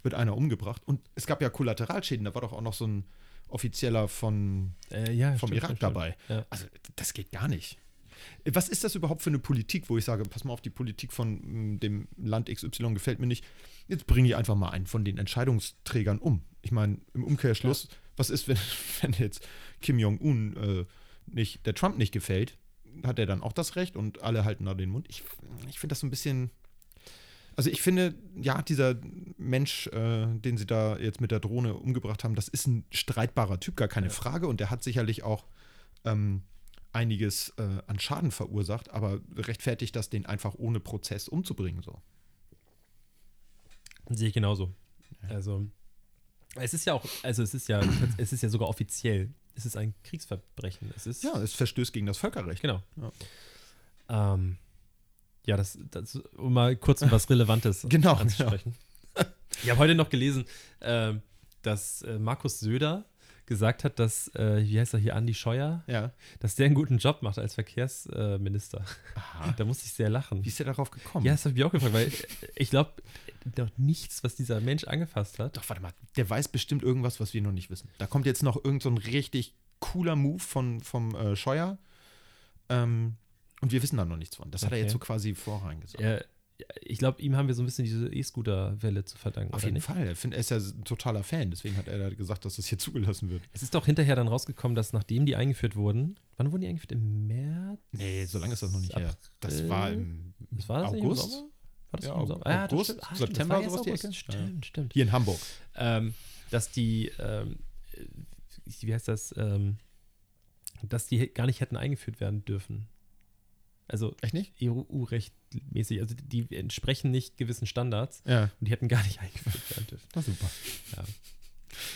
Speaker 5: wird einer umgebracht. Und es gab ja Kollateralschäden, da war doch auch noch so ein offizieller von
Speaker 4: äh, ja,
Speaker 5: vom
Speaker 4: stimmt,
Speaker 5: Irak
Speaker 4: stimmt,
Speaker 5: dabei.
Speaker 4: Ja.
Speaker 5: Also das geht gar nicht. Was ist das überhaupt für eine Politik, wo ich sage, pass mal auf, die Politik von mm, dem Land XY gefällt mir nicht. Jetzt bringe ich einfach mal einen von den Entscheidungsträgern um. Ich meine, im Umkehrschluss, was ist, *laughs* wenn, wenn jetzt Kim Jong-un äh, nicht, der Trump nicht gefällt, hat er dann auch das Recht und alle halten da den Mund. Ich, ich finde das so ein bisschen. Also ich finde, ja, dieser Mensch, äh, den sie da jetzt mit der Drohne umgebracht haben, das ist ein streitbarer Typ, gar keine Frage. Und der hat sicherlich auch ähm, einiges äh, an Schaden verursacht, aber rechtfertigt das, den einfach ohne Prozess umzubringen. So.
Speaker 4: Sehe ich genauso. Also, es ist ja auch, also es ist ja, es ist ja sogar offiziell. Es ist ein Kriegsverbrechen. Es ist
Speaker 5: Ja, es verstößt gegen das Völkerrecht.
Speaker 4: Genau.
Speaker 5: Ja.
Speaker 4: Ja, ähm, ja das, das, um mal kurz was
Speaker 5: *laughs*
Speaker 4: Relevantes
Speaker 5: Genau, *laughs*
Speaker 4: anzusprechen. Ich habe heute noch gelesen, ähm, dass äh, Markus Söder gesagt hat, dass, äh, wie heißt er hier, Andi Scheuer,
Speaker 5: Ja.
Speaker 4: dass der einen guten Job macht als Verkehrsminister. Äh, Minister.
Speaker 5: Aha.
Speaker 4: da musste ich sehr lachen.
Speaker 5: Wie ist der darauf gekommen?
Speaker 4: Ja, das habe ich mich auch gefragt, weil äh, ich glaube, noch nichts, was dieser Mensch angefasst hat.
Speaker 5: Doch, warte mal, der weiß bestimmt irgendwas, was wir noch nicht wissen. Da kommt jetzt noch irgend so ein richtig cooler Move von, vom äh, Scheuer. Ähm, und wir wissen da noch nichts von. Das hat er
Speaker 4: Okay.
Speaker 5: jetzt so quasi vorrangig gesagt.
Speaker 4: Er, ich glaube, ihm haben wir so ein bisschen diese E-Scooter-Welle zu verdanken.
Speaker 5: Auf
Speaker 4: oder
Speaker 5: jeden
Speaker 4: nicht?
Speaker 5: Fall. Er find- Er ist ja ein totaler Fan, deswegen hat er da gesagt, dass das hier *laughs* zugelassen wird.
Speaker 4: Es ist doch hinterher dann rausgekommen, dass nachdem die eingeführt wurden, wann wurden die eingeführt? Im März?
Speaker 5: Nee, so lange ist das noch nicht her. Das
Speaker 4: April?
Speaker 5: war im
Speaker 4: Das war das nicht
Speaker 5: August?
Speaker 4: Im Sommer? War das
Speaker 5: Ja,
Speaker 4: nicht im
Speaker 5: Au-
Speaker 4: Sommer? Ah, ja, das
Speaker 5: August,
Speaker 4: stimmt. Ah,
Speaker 5: September,
Speaker 4: stimmt, das war
Speaker 5: sowas die
Speaker 4: erst
Speaker 5: Ecke.
Speaker 4: August. Stimmt, stimmt.
Speaker 5: hier in Hamburg.
Speaker 4: Ähm, dass die, ähm, wie heißt das, ähm, dass die gar nicht hätten eingeführt werden dürfen. Also
Speaker 5: Echt nicht?
Speaker 4: EU-rechtmäßig, also die entsprechen nicht gewissen Standards
Speaker 5: Ja.
Speaker 4: und die hätten gar nicht *laughs* eingeführt werden dürfen.
Speaker 5: Na super.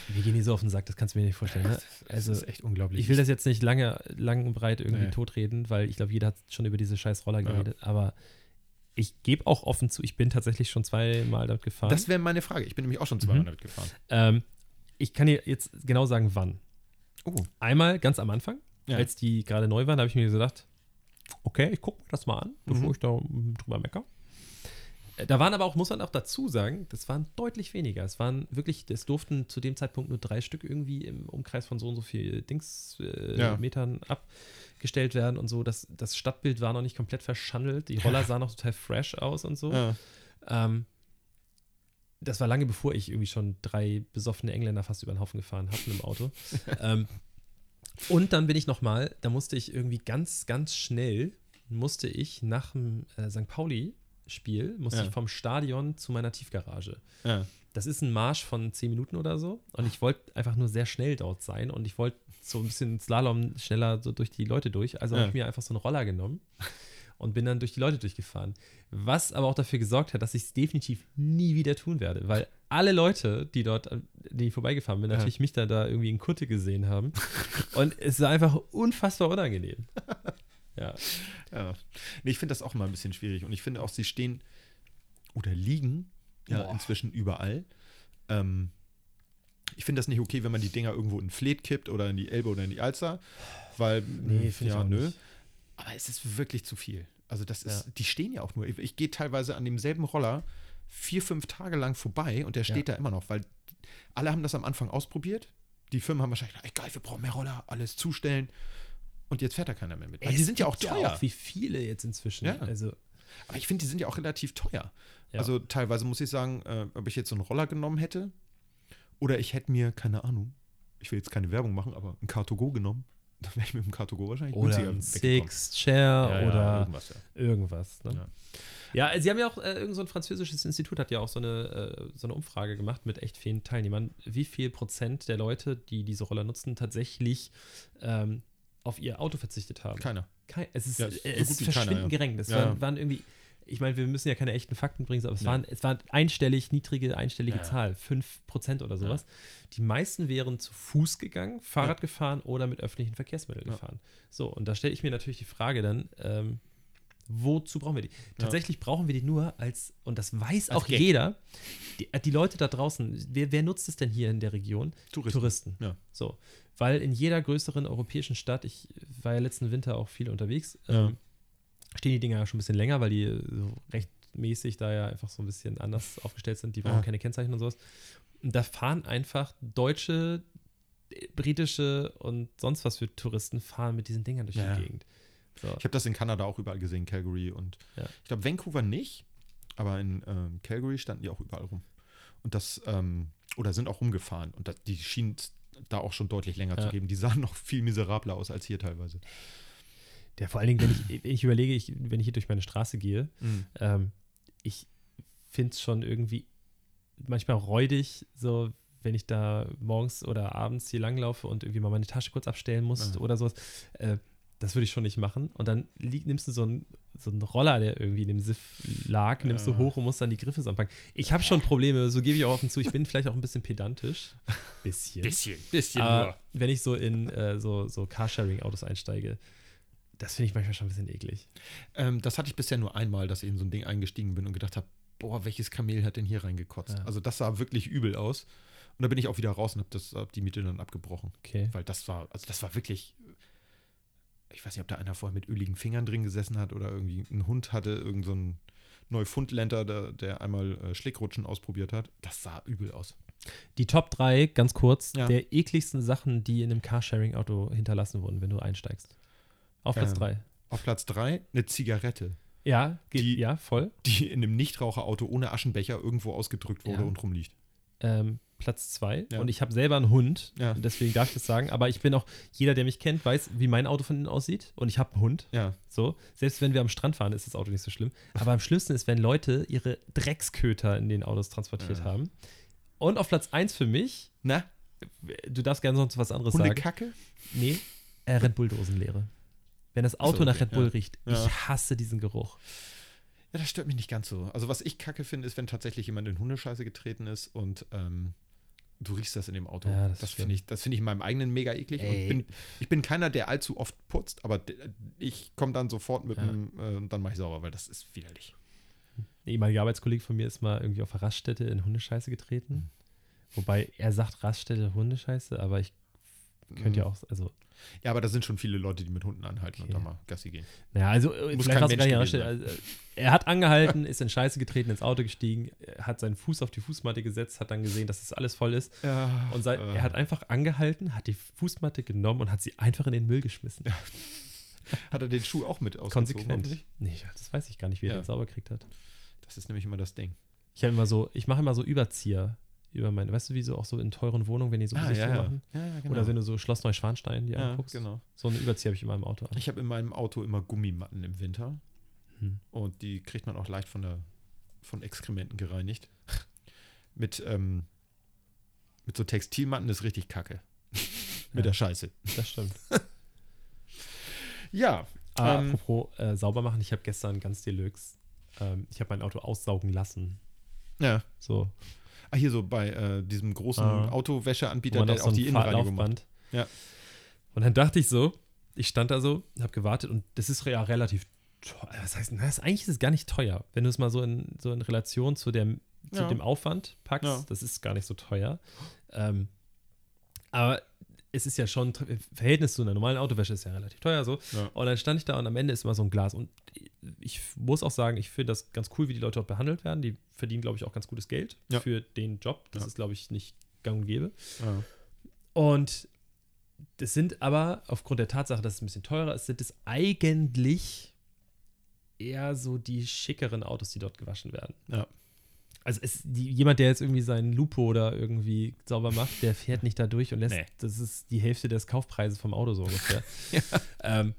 Speaker 4: Wir gehen hier so auf den Sack, das kannst du mir nicht vorstellen. Ne? Also
Speaker 5: *laughs* das ist echt unglaublich.
Speaker 4: ich will das jetzt nicht lange, lang und breit irgendwie
Speaker 5: Nee.
Speaker 4: totreden, weil ich glaube, jeder hat schon über diese scheiß Roller
Speaker 5: Ja.
Speaker 4: geredet, aber ich gebe auch offen zu, ich bin tatsächlich schon zweimal damit gefahren.
Speaker 5: das wäre meine Frage. Ich bin nämlich auch schon zweimal
Speaker 4: Mhm.
Speaker 5: damit gefahren.
Speaker 4: ähm, ich kann dir jetzt genau sagen, wann.
Speaker 5: Oh.
Speaker 4: Einmal ganz am Anfang,
Speaker 5: Ja.
Speaker 4: als die gerade neu waren, habe ich mir gedacht, okay, ich gucke mir das mal an, bevor
Speaker 5: Mhm.
Speaker 4: ich da drüber mecker. Äh, Da waren aber auch, muss man auch dazu sagen, das waren deutlich weniger. Es waren wirklich, es durften zu dem Zeitpunkt nur drei Stück irgendwie im Umkreis von so und so viel Dings äh,
Speaker 5: Ja.
Speaker 4: Metern abgestellt werden und so. Das, das Stadtbild war noch nicht komplett verschandelt. Die Roller sahen noch total fresh aus und so.
Speaker 5: Ja.
Speaker 4: Ähm, das war lange bevor ich irgendwie schon drei besoffene Engländer fast über den Haufen gefahren habe mit dem
Speaker 5: *laughs*
Speaker 4: Auto. ähm, und dann bin ich nochmal, da musste ich irgendwie ganz, ganz schnell, musste ich nach dem äh, St. Pauli-Spiel, musste
Speaker 5: Ja.
Speaker 4: ich vom Stadion zu meiner Tiefgarage.
Speaker 5: Ja.
Speaker 4: Das ist ein Marsch von zehn Minuten oder so. Und ich wollte einfach nur sehr schnell dort sein. Und ich wollte so ein bisschen Slalom schneller so durch die Leute durch. Also
Speaker 5: Ja.
Speaker 4: habe ich mir einfach so einen Roller genommen und bin dann durch die Leute durchgefahren. Was aber auch dafür gesorgt hat, dass ich es definitiv nie wieder tun werde. Weil alle Leute, die dort, an denen ich vorbeigefahren bin,
Speaker 5: Ja.
Speaker 4: natürlich mich da, da irgendwie in Kutte gesehen haben. und es war einfach unfassbar *laughs* unangenehm. Ja.
Speaker 5: Ja. Äh, Nee, ich finde das auch immer ein bisschen schwierig. Und ich finde auch, sie stehen oder liegen ja
Speaker 4: Boah.
Speaker 5: inzwischen überall. Ähm, ich finde das nicht okay, wenn man die Dinger irgendwo in Fleet kippt oder in die Elbe oder in die Alster, weil hm,
Speaker 4: Nee, finde ich
Speaker 5: ja,
Speaker 4: auch
Speaker 5: nö.
Speaker 4: nicht.
Speaker 5: Aber es ist wirklich zu viel. Also das ist,
Speaker 4: Ja.
Speaker 5: die stehen ja auch nur. Ich, ich gehe teilweise an demselben Roller vier, fünf Tage lang vorbei und der steht da immer noch, weil alle haben das am Anfang ausprobiert. Die Firmen haben wahrscheinlich gedacht, ey, geil, wir brauchen mehr Roller, alles zustellen. Und jetzt fährt da keiner mehr mit. Weil die
Speaker 4: Es
Speaker 5: sind ja auch
Speaker 4: gibt
Speaker 5: teuer.
Speaker 4: auch wie viele jetzt inzwischen.
Speaker 5: Ja.
Speaker 4: Also,
Speaker 5: Aber ich finde, die sind ja auch relativ teuer.
Speaker 4: Ja.
Speaker 5: Also teilweise muss ich sagen, äh, ob ich jetzt so einen Roller genommen hätte oder ich hätte mir, keine Ahnung, ich will jetzt keine Werbung machen, aber ein Car2Go genommen, *laughs* dann wäre ich mit dem Car2Go wahrscheinlich
Speaker 4: oder
Speaker 5: günstiger
Speaker 4: ein
Speaker 5: weggekommen.
Speaker 4: Six Chair
Speaker 5: Ja, ja,
Speaker 4: oder
Speaker 5: irgendwas, ja.
Speaker 4: Irgendwas, ne?
Speaker 5: Ja.
Speaker 4: Ja, äh, sie haben ja auch, äh, irgend so ein französisches Institut hat ja auch so eine, äh, so eine Umfrage gemacht mit echt vielen Teilnehmern, wie viel Prozent der Leute, die diese Roller nutzen, tatsächlich ähm, auf ihr Auto verzichtet haben.
Speaker 5: Keiner.
Speaker 4: Kein, es ist,
Speaker 5: Ja,
Speaker 4: es
Speaker 5: so gut
Speaker 4: ist
Speaker 5: wie keiner,
Speaker 4: verschwindend
Speaker 5: ja.
Speaker 4: gering. Das
Speaker 5: Ja,
Speaker 4: waren,
Speaker 5: ja.
Speaker 4: waren irgendwie, ich meine, wir müssen ja keine echten Fakten bringen, aber es,
Speaker 5: Nee.
Speaker 4: waren, es waren einstellig, niedrige, einstellige
Speaker 5: Ja, ja.
Speaker 4: Zahl, 5% oder sowas. Die meisten wären zu Fuß gegangen, Fahrrad gefahren oder mit öffentlichen Verkehrsmitteln
Speaker 5: Ja.
Speaker 4: gefahren. So, und da stelle ich mir natürlich die Frage dann, ähm, wozu brauchen wir die? Tatsächlich brauchen wir die nur als, und das weiß
Speaker 5: Als
Speaker 4: auch
Speaker 5: Gag.
Speaker 4: jeder, die, die Leute da draußen, wer, wer nutzt es denn hier in der Region?
Speaker 5: Touristen.
Speaker 4: Touristen.
Speaker 5: Ja.
Speaker 4: So. Weil in jeder größeren europäischen Stadt, ich war ja letzten Winter auch viel unterwegs,
Speaker 5: Ja.
Speaker 4: ähm, stehen die Dinger ja schon ein bisschen länger, weil die äh, so rechtmäßig da ja einfach so ein bisschen anders aufgestellt sind. Die brauchen
Speaker 5: Ja.
Speaker 4: keine Kennzeichen und sowas. Und da fahren einfach deutsche, äh, britische und sonst was für Touristen fahren mit diesen Dingern durch
Speaker 5: Ja.
Speaker 4: die Gegend. So.
Speaker 5: Ich habe das in Kanada auch überall gesehen, Calgary und
Speaker 4: Ja.
Speaker 5: ich glaube Vancouver nicht, aber in ähm, Calgary standen die auch überall rum. Und das, ähm, oder sind auch rumgefahren und das, die schienen da auch schon deutlich länger
Speaker 4: Ja.
Speaker 5: zu geben. Die sahen noch viel miserabler aus als hier teilweise.
Speaker 4: Der vor allen Dingen, wenn ich, wenn ich überlege, ich, wenn ich hier durch meine Straße gehe, ähm, ich finde es schon irgendwie manchmal räudig, so wenn ich da morgens oder abends hier langlaufe und irgendwie mal meine Tasche kurz abstellen muss
Speaker 5: Ja.
Speaker 4: oder sowas. Äh, das würde ich schon nicht machen. Und dann lieg, nimmst du so einen, so einen Roller, der irgendwie in dem Siff lag, nimmst du
Speaker 5: Ja.
Speaker 4: hoch und musst dann die Griffe so anpacken. Ich habe schon Probleme, so gebe ich auch offen zu. Ich bin vielleicht auch ein bisschen *laughs* pedantisch. Bisschen.
Speaker 5: Bisschen, Ah, bisschen
Speaker 4: Aber wenn ich so in äh, so, so Carsharing-Autos einsteige, das finde ich manchmal schon ein bisschen eklig.
Speaker 5: Ähm, das hatte ich bisher nur einmal, dass ich in so ein Ding eingestiegen bin und gedacht habe, boah, welches Kamel hat denn hier reingekotzt?
Speaker 4: Ja.
Speaker 5: Also das sah wirklich übel aus. Und da bin ich auch wieder raus und habe hab die Miete dann abgebrochen.
Speaker 4: Okay.
Speaker 5: Weil das war, also das war wirklich, ich weiß nicht, ob da einer vorher mit öligen Fingern drin gesessen hat oder irgendwie einen Hund hatte, irgend so ein Neufundländer, der, der einmal äh, Schlickrutschen ausprobiert hat. Das sah übel aus.
Speaker 4: Die Top 3, ganz kurz,
Speaker 5: Ja.
Speaker 4: der ekligsten Sachen, die in einem Carsharing-Auto hinterlassen wurden, wenn du einsteigst. Auf Platz
Speaker 5: Ähm.
Speaker 4: 3.
Speaker 5: Auf Platz 3 eine Zigarette,
Speaker 4: Ja, geht,
Speaker 5: Die-
Speaker 4: ja, voll.
Speaker 5: die in einem Nichtraucherauto ohne Aschenbecher irgendwo ausgedrückt wurde
Speaker 4: Ja.
Speaker 5: und rumliegt.
Speaker 4: Ähm, Platz 2.
Speaker 5: Ja.
Speaker 4: Und ich habe selber einen Hund,
Speaker 5: Ja.
Speaker 4: deswegen darf ich das sagen. Aber ich bin auch, jeder, der mich kennt, weiß, wie mein Auto von innen aussieht. Und ich habe einen Hund.
Speaker 5: Ja,
Speaker 4: So, selbst wenn wir am Strand fahren, ist das Auto nicht so schlimm. Aber am schlimmsten ist, wenn Leute ihre Drecksköter in den Autos transportiert
Speaker 5: Ja.
Speaker 4: haben. Und auf Platz 1 für mich,
Speaker 5: na,
Speaker 4: du darfst gerne sonst was anderes sagen.
Speaker 5: Hundekacke?
Speaker 4: Nee, Äh, Red Bull-Dosenleere. Wenn das Auto
Speaker 5: so,
Speaker 4: nach
Speaker 5: okay,
Speaker 4: Red Bull
Speaker 5: ja.
Speaker 4: riecht.
Speaker 5: Ja.
Speaker 4: Ich hasse diesen Geruch.
Speaker 5: Ja, das stört mich nicht ganz so. Also, was ich kacke finde, ist, wenn tatsächlich jemand in Hundescheiße getreten ist und ähm, du riechst das in dem Auto.
Speaker 4: Ja, das
Speaker 5: das
Speaker 4: ist schlimm.
Speaker 5: finde ich, das finde ich in meinem eigenen mega eklig. Und
Speaker 4: Ey.
Speaker 5: ich, bin, ich bin keiner, der allzu oft putzt, aber de- ich komme dann sofort mit
Speaker 4: Ja.
Speaker 5: dem, äh, und dann mache ich sauber, weil das ist widerlich.
Speaker 4: Ein ehemaliger Arbeitskollege von mir ist mal irgendwie auf der Raststätte in Hundescheiße getreten. Wobei er sagt Raststätte Hundescheiße, aber ich könnte ja auch, also,
Speaker 5: Ja, aber da sind schon viele Leute, die mit Hunden anhalten
Speaker 4: Okay.
Speaker 5: und dann mal Gassi gehen.
Speaker 4: naja, also äh,
Speaker 5: Muss
Speaker 4: vielleicht
Speaker 5: kein
Speaker 4: war's gar
Speaker 5: Mensch
Speaker 4: nicht
Speaker 5: gewesen
Speaker 4: Raststätte. Also, äh, er hat angehalten, ist in Scheiße getreten, ins Auto gestiegen, äh, hat seinen Fuß auf die Fußmatte gesetzt, hat dann gesehen, dass das alles voll ist.
Speaker 5: Ja,
Speaker 4: Und seit,
Speaker 5: äh.
Speaker 4: er hat einfach angehalten, hat die Fußmatte genommen und hat sie einfach in den Müll geschmissen.
Speaker 5: Hat er den Schuh auch mit ausgezogen?
Speaker 4: Konsequent.
Speaker 5: hoffentlich?
Speaker 4: Nee, das weiß ich gar nicht, wie er
Speaker 5: Ja.
Speaker 4: den sauber gekriegt hat.
Speaker 5: Das ist nämlich immer das Ding.
Speaker 4: Ich habe immer so, ich mache immer so Überzieher über meine, weißt du, wie so auch so in teuren Wohnungen, wenn die so Besichtigungen machen.
Speaker 5: Ah, ja, genau.
Speaker 4: Oder wenn du so Schloss Neuschwanstein dir
Speaker 5: Ja,
Speaker 4: anguckst.
Speaker 5: genau.
Speaker 4: So einen Überzieher habe ich immer im
Speaker 5: *laughs*
Speaker 4: Auto an.
Speaker 5: Ich habe in meinem Auto immer Gummimatten im Winter.
Speaker 4: Hm.
Speaker 5: Und die kriegt man auch leicht von, der, von Exkrementen gereinigt. *laughs* mit, ähm, mit so Textilmatten ist
Speaker 4: *laughs*
Speaker 5: richtig kacke. mit
Speaker 4: Ja.
Speaker 5: der Scheiße.
Speaker 4: Das
Speaker 5: *laughs*
Speaker 4: stimmt.
Speaker 5: Ja.
Speaker 4: Ah,
Speaker 5: ähm,
Speaker 4: apropos äh, sauber machen, ich habe gestern ganz deluxe, ähm, ich habe mein Auto aussaugen lassen.
Speaker 5: ja.
Speaker 4: So,
Speaker 5: Ah, hier so bei äh, diesem großen
Speaker 4: Ah. wo
Speaker 5: Autowäscheanbieter,
Speaker 4: man
Speaker 5: der
Speaker 4: auf so
Speaker 5: auch die
Speaker 4: einem
Speaker 5: Innenreinigung macht.
Speaker 4: Laufband.
Speaker 5: Ja.
Speaker 4: Und dann dachte ich so, ich stand da so, habe gewartet und das ist ja relativ teuer. Was heißt, na, das, eigentlich ist es gar nicht teuer, wenn du es mal so in, so in Relation zu, der, zu
Speaker 5: Ja.
Speaker 4: dem Aufwand packst.
Speaker 5: Ja.
Speaker 4: Das ist gar nicht so teuer. Ähm, aber es ist ja schon tr- im Verhältnis zu einer normalen Autowäsche ist ja relativ teuer so.
Speaker 5: Ja.
Speaker 4: Und dann stand ich da und am Ende ist immer so ein Glas. Und ich muss auch sagen, ich finde das ganz cool, wie die Leute auch behandelt werden. Die verdienen, glaube ich, auch ganz gutes Geld
Speaker 5: Ja.
Speaker 4: für den Job. Das
Speaker 5: Ja.
Speaker 4: ist, glaube ich, nicht gang und gäbe.
Speaker 5: Ja.
Speaker 4: Und das sind aber, aufgrund der Tatsache, dass es ein bisschen teurer ist, sind es eigentlich eher so die schickeren Autos, die dort gewaschen werden.
Speaker 5: Ja.
Speaker 4: Also es, die, jemand, der jetzt irgendwie seinen Lupo oder irgendwie sauber macht, der fährt nicht da durch und lässt,
Speaker 5: Nee.
Speaker 4: das ist die Hälfte des Kaufpreises vom Auto so ungefähr.
Speaker 5: *laughs*
Speaker 4: ähm,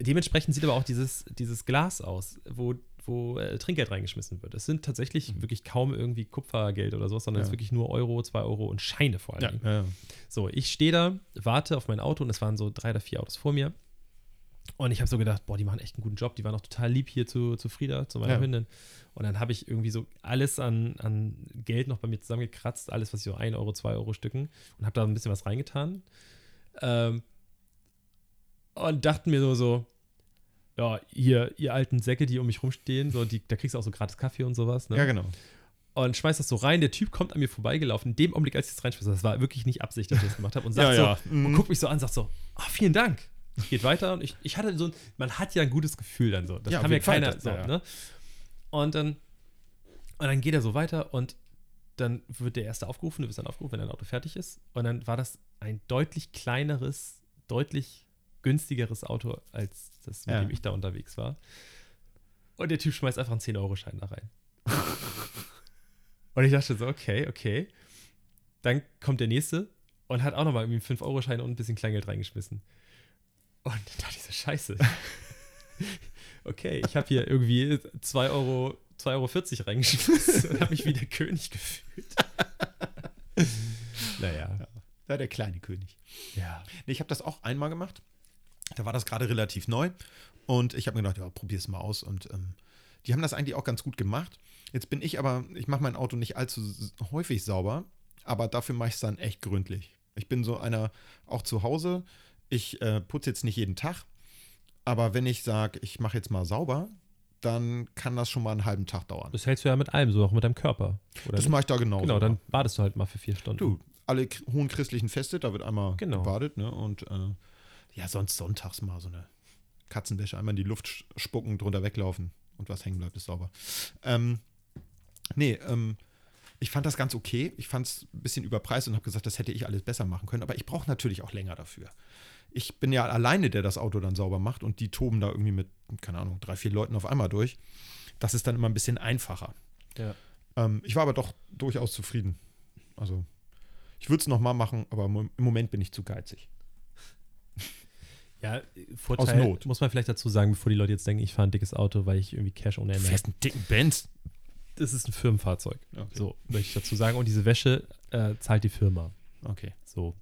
Speaker 4: dementsprechend sieht aber auch dieses, dieses Glas aus, wo, wo äh, Trinkgeld reingeschmissen wird. Es sind tatsächlich wirklich kaum irgendwie Kupfergeld oder sowas, sondern es
Speaker 5: Mhm. Ja.
Speaker 4: ist wirklich nur Euro, zwei Euro und Scheine vor allem.
Speaker 5: Ja. Ja.
Speaker 4: So, ich stehe da, warte auf mein Auto und es waren so drei oder vier Autos vor mir. Und ich habe so gedacht, boah, die machen echt einen guten Job. Die waren auch total lieb hier zu, zu Frieda, zu meiner
Speaker 5: Ja.
Speaker 4: Hündin. Und dann habe ich irgendwie so alles an, an Geld noch bei mir zusammengekratzt, alles, was ich so 1 Euro, 2 Euro Stücken und habe da ein bisschen was reingetan. Ähm, und dachten mir nur so, ja, ihr, ihr alten Säcke, die um mich rumstehen, so, die, da kriegst du auch so gratis Kaffee und sowas. Ne?
Speaker 5: ja, genau.
Speaker 4: und schmeißt das so rein. Der Typ kommt an mir vorbeigelaufen. In dem Augenblick, als ich das reinschmeiße, das war wirklich nicht Absicht, dass ich das gemacht
Speaker 5: *laughs*
Speaker 4: habe. Und sagt
Speaker 5: Ja,
Speaker 4: so,
Speaker 5: ja. Mhm.
Speaker 4: und guckt mich so an, sagt so, ah, vielen Dank. Geht weiter. Und ich, ich hatte so, ein- man hat ja ein gutes Gefühl dann so. Das
Speaker 5: Ja, auf
Speaker 4: kann mir
Speaker 5: jeden Fall,
Speaker 4: keiner.
Speaker 5: das-
Speaker 4: so,
Speaker 5: ja, ja.
Speaker 4: Ne? Und dann, und dann geht er so weiter und dann wird der erste aufgerufen, du wirst dann aufgerufen, wenn dein Auto fertig ist. Und dann war das ein deutlich kleineres, deutlich günstigeres Auto als das, mit
Speaker 5: Ja.
Speaker 4: dem ich da unterwegs war. Und der Typ schmeißt einfach einen 10-Euro-Schein da rein. und ich dachte so, okay, okay. Dann kommt der nächste und hat auch nochmal irgendwie einen 5-Euro-Schein und ein bisschen Kleingeld reingeschmissen. Und dann dachte ich so, scheiße. okay, ich habe hier irgendwie 2 Euro, 2,40 Euro reingeschmissen und habe mich wie der König gefühlt. naja,
Speaker 5: Ja, der kleine König.
Speaker 4: ja.
Speaker 5: Nee, ich habe das auch einmal gemacht. Da war das gerade relativ neu. Und ich habe mir gedacht, ja, probier's mal aus. Und ähm, die haben das eigentlich auch ganz gut gemacht. Jetzt bin ich aber, ich mache mein Auto nicht allzu s- häufig sauber, aber dafür mache ich es dann echt gründlich. Ich bin so einer, auch zu Hause, ich äh, putze jetzt nicht jeden Tag, aber wenn ich sage, ich mache jetzt mal sauber, dann kann das schon mal einen halben Tag dauern.
Speaker 4: Das hältst du ja mit allem, so auch mit deinem Körper. Oder
Speaker 5: Das
Speaker 4: nicht?
Speaker 5: mache ich da genau.
Speaker 4: genau, dann badest du halt mal für vier Stunden.
Speaker 5: Du, alle k- hohen christlichen Feste, da wird einmal
Speaker 4: Genau.
Speaker 5: gebadet, ne? Und äh, ja, sonst sonntags mal so eine Katzenwäsche, einmal in die Luft sch- spucken, drunter weglaufen und was hängen bleibt, ist sauber. Ähm, nee, ähm, ich fand das ganz okay. Ich fand es ein bisschen überpreist und habe gesagt, das hätte ich alles besser machen können. Aber ich brauche natürlich auch länger dafür. Ich bin ja alleine, der das Auto dann sauber macht und die toben da irgendwie mit, keine Ahnung, drei, vier Leuten auf einmal durch. Das ist dann immer ein bisschen einfacher.
Speaker 4: Ja.
Speaker 5: Ähm, ich war aber doch durchaus zufrieden. Also, ich würde es nochmal machen, aber mo- im Moment bin ich zu geizig.
Speaker 4: Ja, Vorteil
Speaker 5: Aus Not.
Speaker 4: muss man vielleicht dazu sagen, bevor die Leute jetzt denken, ich fahre ein dickes Auto, weil ich irgendwie Cash ohne Ende habe.
Speaker 5: einen dicken Benz.
Speaker 4: Das ist ein Firmenfahrzeug.
Speaker 5: Okay.
Speaker 4: So, möchte ich dazu sagen. Und diese Wäsche äh, zahlt die Firma.
Speaker 5: okay.
Speaker 4: So.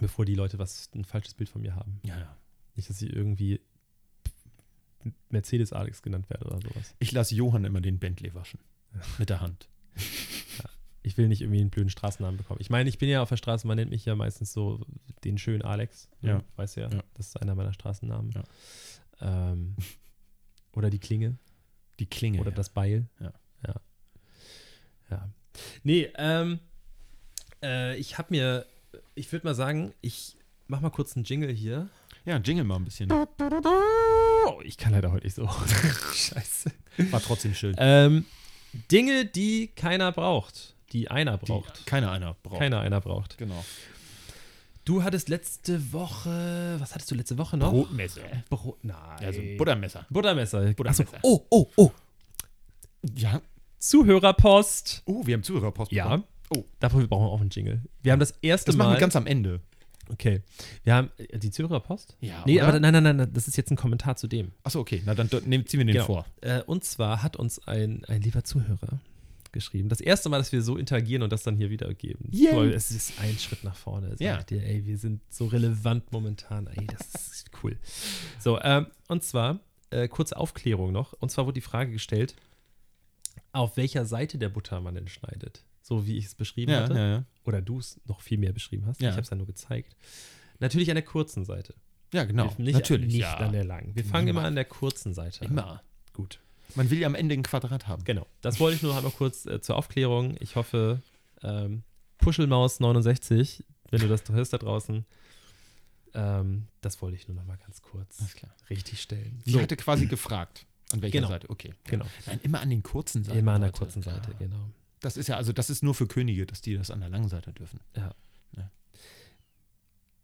Speaker 4: bevor die Leute was ein falsches Bild von mir haben.
Speaker 5: Ja, ja.
Speaker 4: Nicht, dass ich irgendwie Mercedes Alex genannt werde oder sowas.
Speaker 5: Ich lasse Johann immer den Bentley waschen. Mit der Hand.
Speaker 4: Ich will nicht irgendwie einen blöden Straßennamen bekommen. Ich meine, ich bin ja auf der Straße, man nennt mich ja meistens so den schönen Alex. ne?
Speaker 5: Ja.
Speaker 4: Weiß ja,
Speaker 5: Ja.
Speaker 4: das ist einer meiner Straßennamen.
Speaker 5: Ja.
Speaker 4: Ähm, oder die Klinge.
Speaker 5: Die Klinge.
Speaker 4: Oder
Speaker 5: ja.
Speaker 4: das Beil.
Speaker 5: Ja.
Speaker 4: Ja. Ja. Nee, ähm, äh, ich habe mir, ich würde mal sagen, ich mach mal kurz einen Jingle hier.
Speaker 5: ja, jingle mal ein *laughs* bisschen.
Speaker 4: Oh, ich kann leider heute nicht so. *laughs* Scheiße.
Speaker 5: War trotzdem schön.
Speaker 4: Ähm, Dinge, die keiner braucht, die einer braucht.
Speaker 5: Keiner einer braucht.
Speaker 4: keiner einer braucht.
Speaker 5: Genau.
Speaker 4: Du hattest letzte Woche, was hattest du letzte Woche noch?
Speaker 5: Brotmesser.
Speaker 4: Brot nein.
Speaker 5: Also Buttermesser.
Speaker 4: Buttermesser.
Speaker 5: Buttermesser.
Speaker 4: Achso, oh, oh, oh.
Speaker 5: Ja.
Speaker 4: Zuhörerpost.
Speaker 5: Oh, wir haben Zuhörerpost
Speaker 4: Ja.
Speaker 5: bekommen. Oh,
Speaker 4: Dafür brauchen wir auch einen Jingle. Wir haben das erste
Speaker 5: das
Speaker 4: Mal.
Speaker 5: machen wir ganz am Ende.
Speaker 4: Okay. Wir haben äh, die Zuhörerpost?
Speaker 5: Ja,
Speaker 4: Nee,
Speaker 5: oder?
Speaker 4: aber nein, nein, nein, nein, das ist jetzt ein Kommentar zu dem.
Speaker 5: Achso, okay. Na, dann do- nehm, ziehen wir den vor.
Speaker 4: Äh, und zwar hat uns ein, ein lieber Zuhörer geschrieben. Das erste Mal, dass wir so interagieren und das dann hier wiedergeben.
Speaker 5: Yay.
Speaker 4: Toll, es ist ein Schritt nach vorne. Sag
Speaker 5: Ja.
Speaker 4: ich dir, ey, wir sind so relevant momentan. Ey, das ist cool. So, ähm, und zwar, äh, kurze Aufklärung noch. Und zwar wurde die Frage gestellt, auf welcher Seite der Butter man denn schneidet. So wie ich es beschrieben hatte
Speaker 5: ja.
Speaker 4: oder du es noch viel mehr beschrieben hast.
Speaker 5: Ja.
Speaker 4: Ich habe es ja nur gezeigt. Natürlich an der kurzen Seite.
Speaker 5: Ja, genau.
Speaker 4: Wir- nicht,
Speaker 5: Natürlich.
Speaker 4: Nicht
Speaker 5: ja.
Speaker 4: an der langen. Wir fangen immer an der kurzen Seite. an.
Speaker 5: Immer.
Speaker 4: Gut.
Speaker 5: Man will ja am Ende ein Quadrat haben.
Speaker 4: Genau. Das wollte ich nur einmal kurz äh, zur Aufklärung. Ich hoffe, ähm, Puschelmaus69, wenn du das hörst da draußen, ähm, das wollte ich nur noch mal ganz kurz
Speaker 5: Alles klar.
Speaker 4: richtig stellen.
Speaker 5: Die hatte quasi gefragt. An welcher
Speaker 4: Genau.
Speaker 5: Seite? Okay.
Speaker 4: Genau.
Speaker 5: Nein, immer an den kurzen Seiten.
Speaker 4: Immer an der
Speaker 5: Leute.
Speaker 4: kurzen Seite, genau.
Speaker 5: Das ist ja, also das ist nur für Könige, dass die das an der langen Seite dürfen.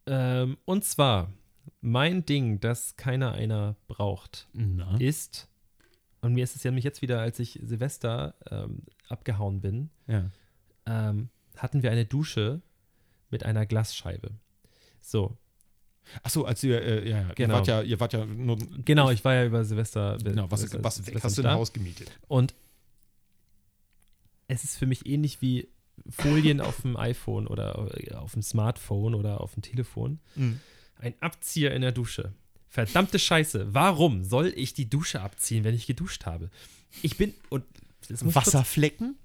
Speaker 4: Ähm, und zwar, mein Ding, das keiner einer braucht,
Speaker 5: Na.
Speaker 4: ist, und mir ist es ja nämlich jetzt wieder, als ich Silvester ähm, abgehauen bin,
Speaker 5: Ja.
Speaker 4: ähm, hatten wir eine Dusche mit einer Glasscheibe. So,
Speaker 5: Achso, als ihr, äh, ja, ja,
Speaker 4: Genau.
Speaker 5: ihr wart ja, ihr wart ja nur.
Speaker 4: genau, ich war ja über Silvester. äh,
Speaker 5: Genau, was,
Speaker 4: Silvester-
Speaker 5: was
Speaker 4: Silvester
Speaker 5: hast du
Speaker 4: nicht
Speaker 5: ein
Speaker 4: da.
Speaker 5: Haus gemietet?
Speaker 4: Und es ist für mich ähnlich wie Folien auf dem iPhone oder äh, auf dem Smartphone oder auf dem Telefon.
Speaker 5: Mhm.
Speaker 4: Ein Abzieher in der Dusche. Verdammte Scheiße. Warum soll ich die Dusche abziehen, wenn ich geduscht habe? Ich bin und das muss ich kurz-
Speaker 5: Wasserflecken?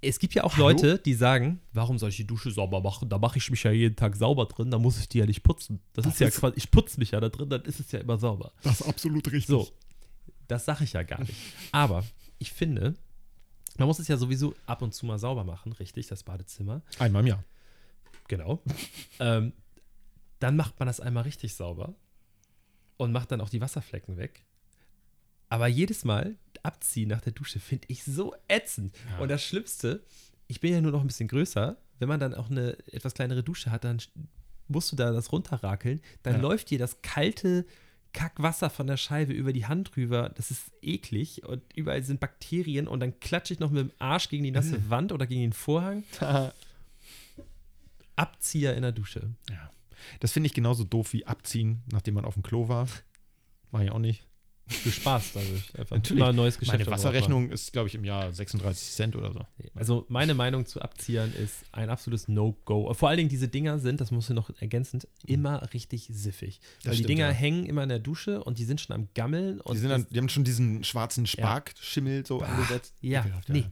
Speaker 4: Es gibt ja auch
Speaker 5: Hallo?
Speaker 4: Leute, die sagen, warum soll ich die Dusche sauber machen? Da mache ich mich ja jeden Tag sauber drin, da muss ich die ja nicht putzen. Das, ist ja
Speaker 5: ist-
Speaker 4: quasi, ich putze mich ja da drin, dann ist es ja immer sauber.
Speaker 5: Das ist absolut richtig.
Speaker 4: So, das sage ich ja gar nicht. Aber ich finde, man muss es ja sowieso ab und zu mal sauber machen, richtig, das Badezimmer.
Speaker 5: Einmal im Jahr.
Speaker 4: Genau. ähm, dann macht man das einmal richtig sauber und macht dann auch die Wasserflecken weg. Aber jedes Mal abziehen nach der Dusche finde ich so ätzend. Und das Schlimmste, ich bin ja nur noch ein bisschen größer, wenn man dann auch eine etwas kleinere Dusche hat, dann sch- musst du da das runterrakeln, dann
Speaker 5: Ja.
Speaker 4: läuft dir das kalte Kackwasser von der Scheibe über die Hand rüber. Das ist eklig und überall sind Bakterien und dann klatsche ich noch mit dem Arsch gegen die nasse Wand oder gegen den Vorhang. Abzieher in der Dusche.
Speaker 5: Ja. Das finde ich genauso doof wie abziehen, nachdem man auf dem Klo war. War ich auch nicht.
Speaker 4: Du sparst dadurch einfach
Speaker 5: Natürlich.
Speaker 4: immer ein neues Geschäft.
Speaker 5: Meine
Speaker 4: am Ort
Speaker 5: Wasserrechnung ist, glaube ich, im Jahr 36 Cent oder so.
Speaker 4: machen. Also meine Meinung zu Abziehern ist ein absolutes No-Go. Vor allen Dingen diese Dinger sind, das musst du noch ergänzend, immer richtig siffig. Weil die
Speaker 5: stimmt,
Speaker 4: Dinger
Speaker 5: ja.
Speaker 4: hängen immer in der Dusche und die sind schon am Gammeln. Und
Speaker 5: Die, sind dann, die haben schon diesen schwarzen Sparkschimmel so angesetzt.
Speaker 4: ja,
Speaker 5: Ekelhaft,
Speaker 4: nee.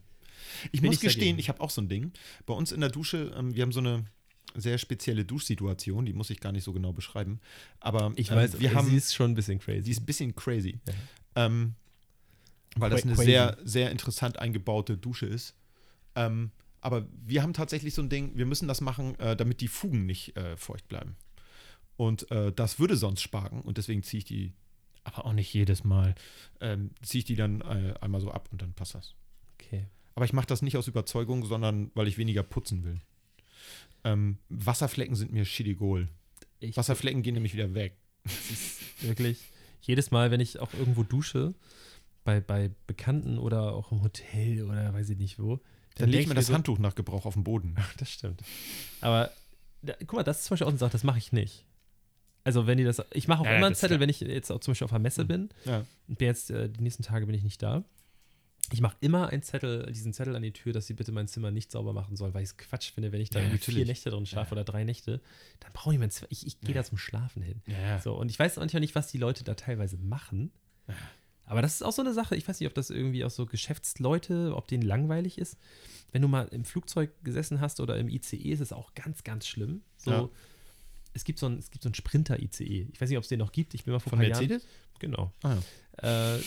Speaker 5: Ich
Speaker 4: Bin
Speaker 5: muss
Speaker 4: ich
Speaker 5: gestehen,
Speaker 4: dagegen.
Speaker 5: ich habe auch so ein Ding. Bei uns in der Dusche, ähm, wir haben so eine sehr spezielle Duschsituation, die muss ich gar nicht so genau beschreiben. Aber
Speaker 4: ich
Speaker 5: ähm,
Speaker 4: weiß, äh,
Speaker 5: wir haben,
Speaker 4: sie ist schon ein bisschen crazy.
Speaker 5: die ist ein bisschen crazy. Ähm, weil das
Speaker 4: Qua-
Speaker 5: eine
Speaker 4: crazy.
Speaker 5: sehr, sehr interessant eingebaute Dusche ist. Ähm, aber wir haben tatsächlich so ein Ding, wir müssen das machen, äh, damit die Fugen nicht äh, feucht bleiben. Und äh, das würde sonst sparken und deswegen ziehe ich die, aber auch nicht jedes Mal, ähm, ziehe ich die dann äh, einmal so ab und dann passt das.
Speaker 4: okay.
Speaker 5: Aber ich mache das nicht aus Überzeugung, sondern weil ich weniger putzen will. Ähm, Wasserflecken sind mir schädigol.
Speaker 4: Ich,
Speaker 5: Wasserflecken gehen nämlich wieder weg.
Speaker 4: das ist wirklich jedes Mal, wenn ich auch irgendwo dusche, bei, bei Bekannten oder auch im Hotel oder weiß ich nicht wo,
Speaker 5: Dann lege
Speaker 4: leg
Speaker 5: ich mir das
Speaker 4: so,
Speaker 5: Handtuch nach Gebrauch auf den Boden.
Speaker 4: *laughs* Das stimmt. Aber da, guck mal, das ist zum Beispiel auch eine Sache, das mache ich nicht. Also wenn die das, ich mache auch
Speaker 5: Ja, ja,
Speaker 4: immer einen
Speaker 5: das ist
Speaker 4: Zettel,
Speaker 5: klar. Mhm.
Speaker 4: wenn ich jetzt auch zum Beispiel auf einer Messe bin.
Speaker 5: Ja.
Speaker 4: Bin jetzt äh, die nächsten Tage bin ich nicht da. Ich mache immer einen Zettel, diesen Zettel an die Tür, dass sie bitte mein Zimmer nicht sauber machen soll, weil ich es Quatsch finde, wenn ich da
Speaker 5: Ja,
Speaker 4: irgendwie vier
Speaker 5: natürlich.
Speaker 4: Nächte drin schlafe oder drei Nächte, dann brauche ich mein Zimmer. Ich, ich gehe da zum Schlafen hin.
Speaker 5: Ja, ja.
Speaker 4: So, und ich weiß manchmal nicht, was die Leute da teilweise machen. Aber das ist auch so eine Sache. Ich weiß nicht, ob das irgendwie auch so Geschäftsleute, ob denen langweilig ist. Wenn du mal im Flugzeug gesessen hast oder im ICE, ist es auch ganz, ganz schlimm. So,
Speaker 5: Ja.
Speaker 4: es gibt so einen es gibt so einen Sprinter-ICE. E. Ich weiß nicht, ob es den noch gibt. Ich bin mal vor
Speaker 5: Von
Speaker 4: ein paar Jahren.
Speaker 5: Mercedes?
Speaker 4: Genau
Speaker 5: Ah, ja.
Speaker 4: äh,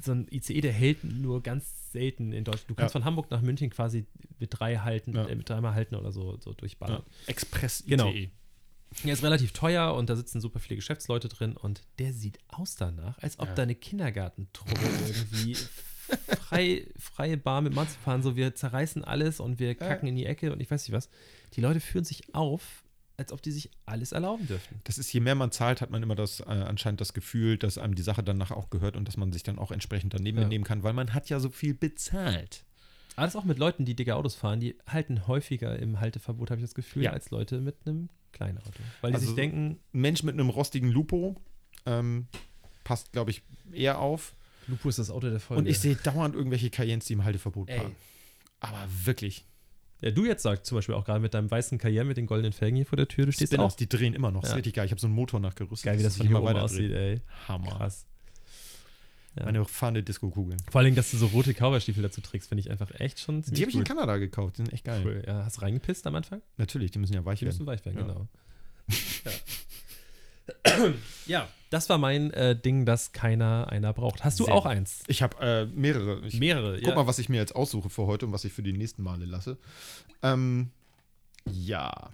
Speaker 4: so ein ICE, der hält nur ganz selten in Deutschland. Du kannst
Speaker 5: Ja.
Speaker 4: von Hamburg nach München quasi mit drei halten,
Speaker 5: Ja.
Speaker 4: äh, mit dreimal halten oder so, so durchballern.
Speaker 5: ja. Express E.
Speaker 4: Genau.
Speaker 5: ICE.
Speaker 4: Der ist relativ teuer und da sitzen super viele Geschäftsleute drin und der sieht aus danach, als ob
Speaker 5: Ja.
Speaker 4: da eine Kindergartentruppe irgendwie frei, freie Bar mit Marzipan, so wir zerreißen alles und wir kacken in die Ecke und ich weiß nicht was. Die Leute führen sich auf, als ob die sich alles erlauben dürften.
Speaker 5: Das ist, je mehr man zahlt, hat man immer das äh, anscheinend das Gefühl, dass einem die Sache danach auch gehört und dass man sich dann auch entsprechend daneben
Speaker 4: Ja.
Speaker 5: benehmen kann, weil man hat ja so viel bezahlt.
Speaker 4: Aber das auch mit Leuten, die dicke Autos fahren, die halten häufiger im Halteverbot, habe ich das Gefühl,
Speaker 5: Ja.
Speaker 4: als Leute mit einem kleinen Auto. Weil die
Speaker 5: Also-
Speaker 4: sich denken,
Speaker 5: Ein Mensch mit einem rostigen Lupo ähm, passt, glaube ich, eher auf.
Speaker 4: Lupo ist das Auto der Folge.
Speaker 5: Und ich sehe dauernd irgendwelche Cayennes, die im Halteverbot
Speaker 4: Ey.
Speaker 5: fahren. Aber wirklich.
Speaker 4: ja, du jetzt sagst zum Beispiel auch gerade mit deinem weißen Karriere mit den goldenen Felgen hier vor der Tür, du stehst
Speaker 5: Spinners,
Speaker 4: auch.
Speaker 5: die drehen immer noch.
Speaker 4: Ja.
Speaker 5: Ist richtig geil. Ich habe so einen Motor nachgerüstet.
Speaker 4: Geil, wie das von
Speaker 5: kann
Speaker 4: hier
Speaker 5: ich
Speaker 4: oben
Speaker 5: weiterdrehen.
Speaker 4: aussieht, ey.
Speaker 5: Hammer.
Speaker 4: Krass. Ja.
Speaker 5: Eine fahrende Disco-Kugel.
Speaker 4: Vor allem, dass du so rote Cowboystiefel dazu trägst, finde ich einfach echt schon
Speaker 5: Die habe
Speaker 4: ziemlich
Speaker 5: ich in
Speaker 4: cool.
Speaker 5: Kanada gekauft. Die sind echt geil.
Speaker 4: cool. Ja, hast du reingepisst am Anfang?
Speaker 5: Natürlich, die müssen ja weich
Speaker 4: Die müssen
Speaker 5: werden.
Speaker 4: weich werden,
Speaker 5: Ja. *laughs*
Speaker 4: genau. Ja. ja, das war mein äh, Ding, das keiner einer braucht. Hast du
Speaker 5: Sehr
Speaker 4: auch
Speaker 5: gut.
Speaker 4: eins?
Speaker 5: Ich habe äh, mehrere. Ich
Speaker 4: Mehrere.
Speaker 5: Guck mal, was ich mir jetzt aussuche für heute und was ich für die nächsten Male lasse. Ähm, ja.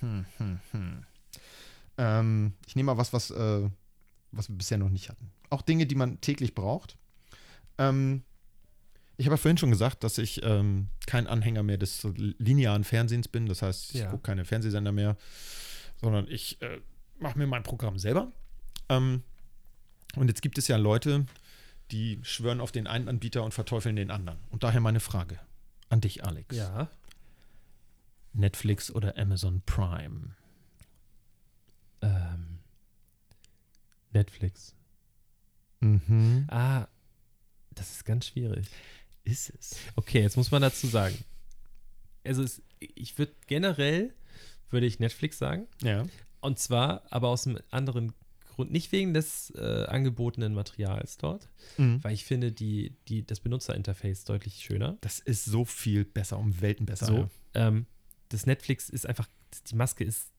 Speaker 5: Hm, hm, hm. Ähm, ich nehme mal was, was, äh, was wir bisher noch nicht hatten. Auch Dinge, die man täglich braucht. Ähm, ich habe ja vorhin schon gesagt, dass ich ähm, kein Anhänger mehr des linearen Fernsehens bin. Das heißt, ich
Speaker 4: Ja.
Speaker 5: gucke keine Fernsehsender mehr, sondern ich äh, mache mir mein Programm selber. Ähm, und jetzt gibt es ja Leute, die schwören auf den einen Anbieter und verteufeln den anderen. Und daher meine Frage an dich, Alex.
Speaker 4: Ja.
Speaker 5: Netflix oder Amazon Prime?
Speaker 4: Ähm, Netflix.
Speaker 5: Mhm.
Speaker 4: Ah, das ist ganz schwierig.
Speaker 5: Ist es.
Speaker 4: Okay, jetzt muss man dazu sagen. Also es, ich würde generell, würde ich Netflix sagen.
Speaker 5: Ja.
Speaker 4: Und zwar aber aus einem anderen Grund. Nicht wegen des äh, angebotenen Materials dort,
Speaker 5: Mhm.
Speaker 4: weil ich finde die, die, das Benutzerinterface deutlich schöner.
Speaker 5: Das ist so viel besser, um Welten besser.
Speaker 4: So,
Speaker 5: ja.
Speaker 4: ähm, das Netflix ist einfach, die Maske ist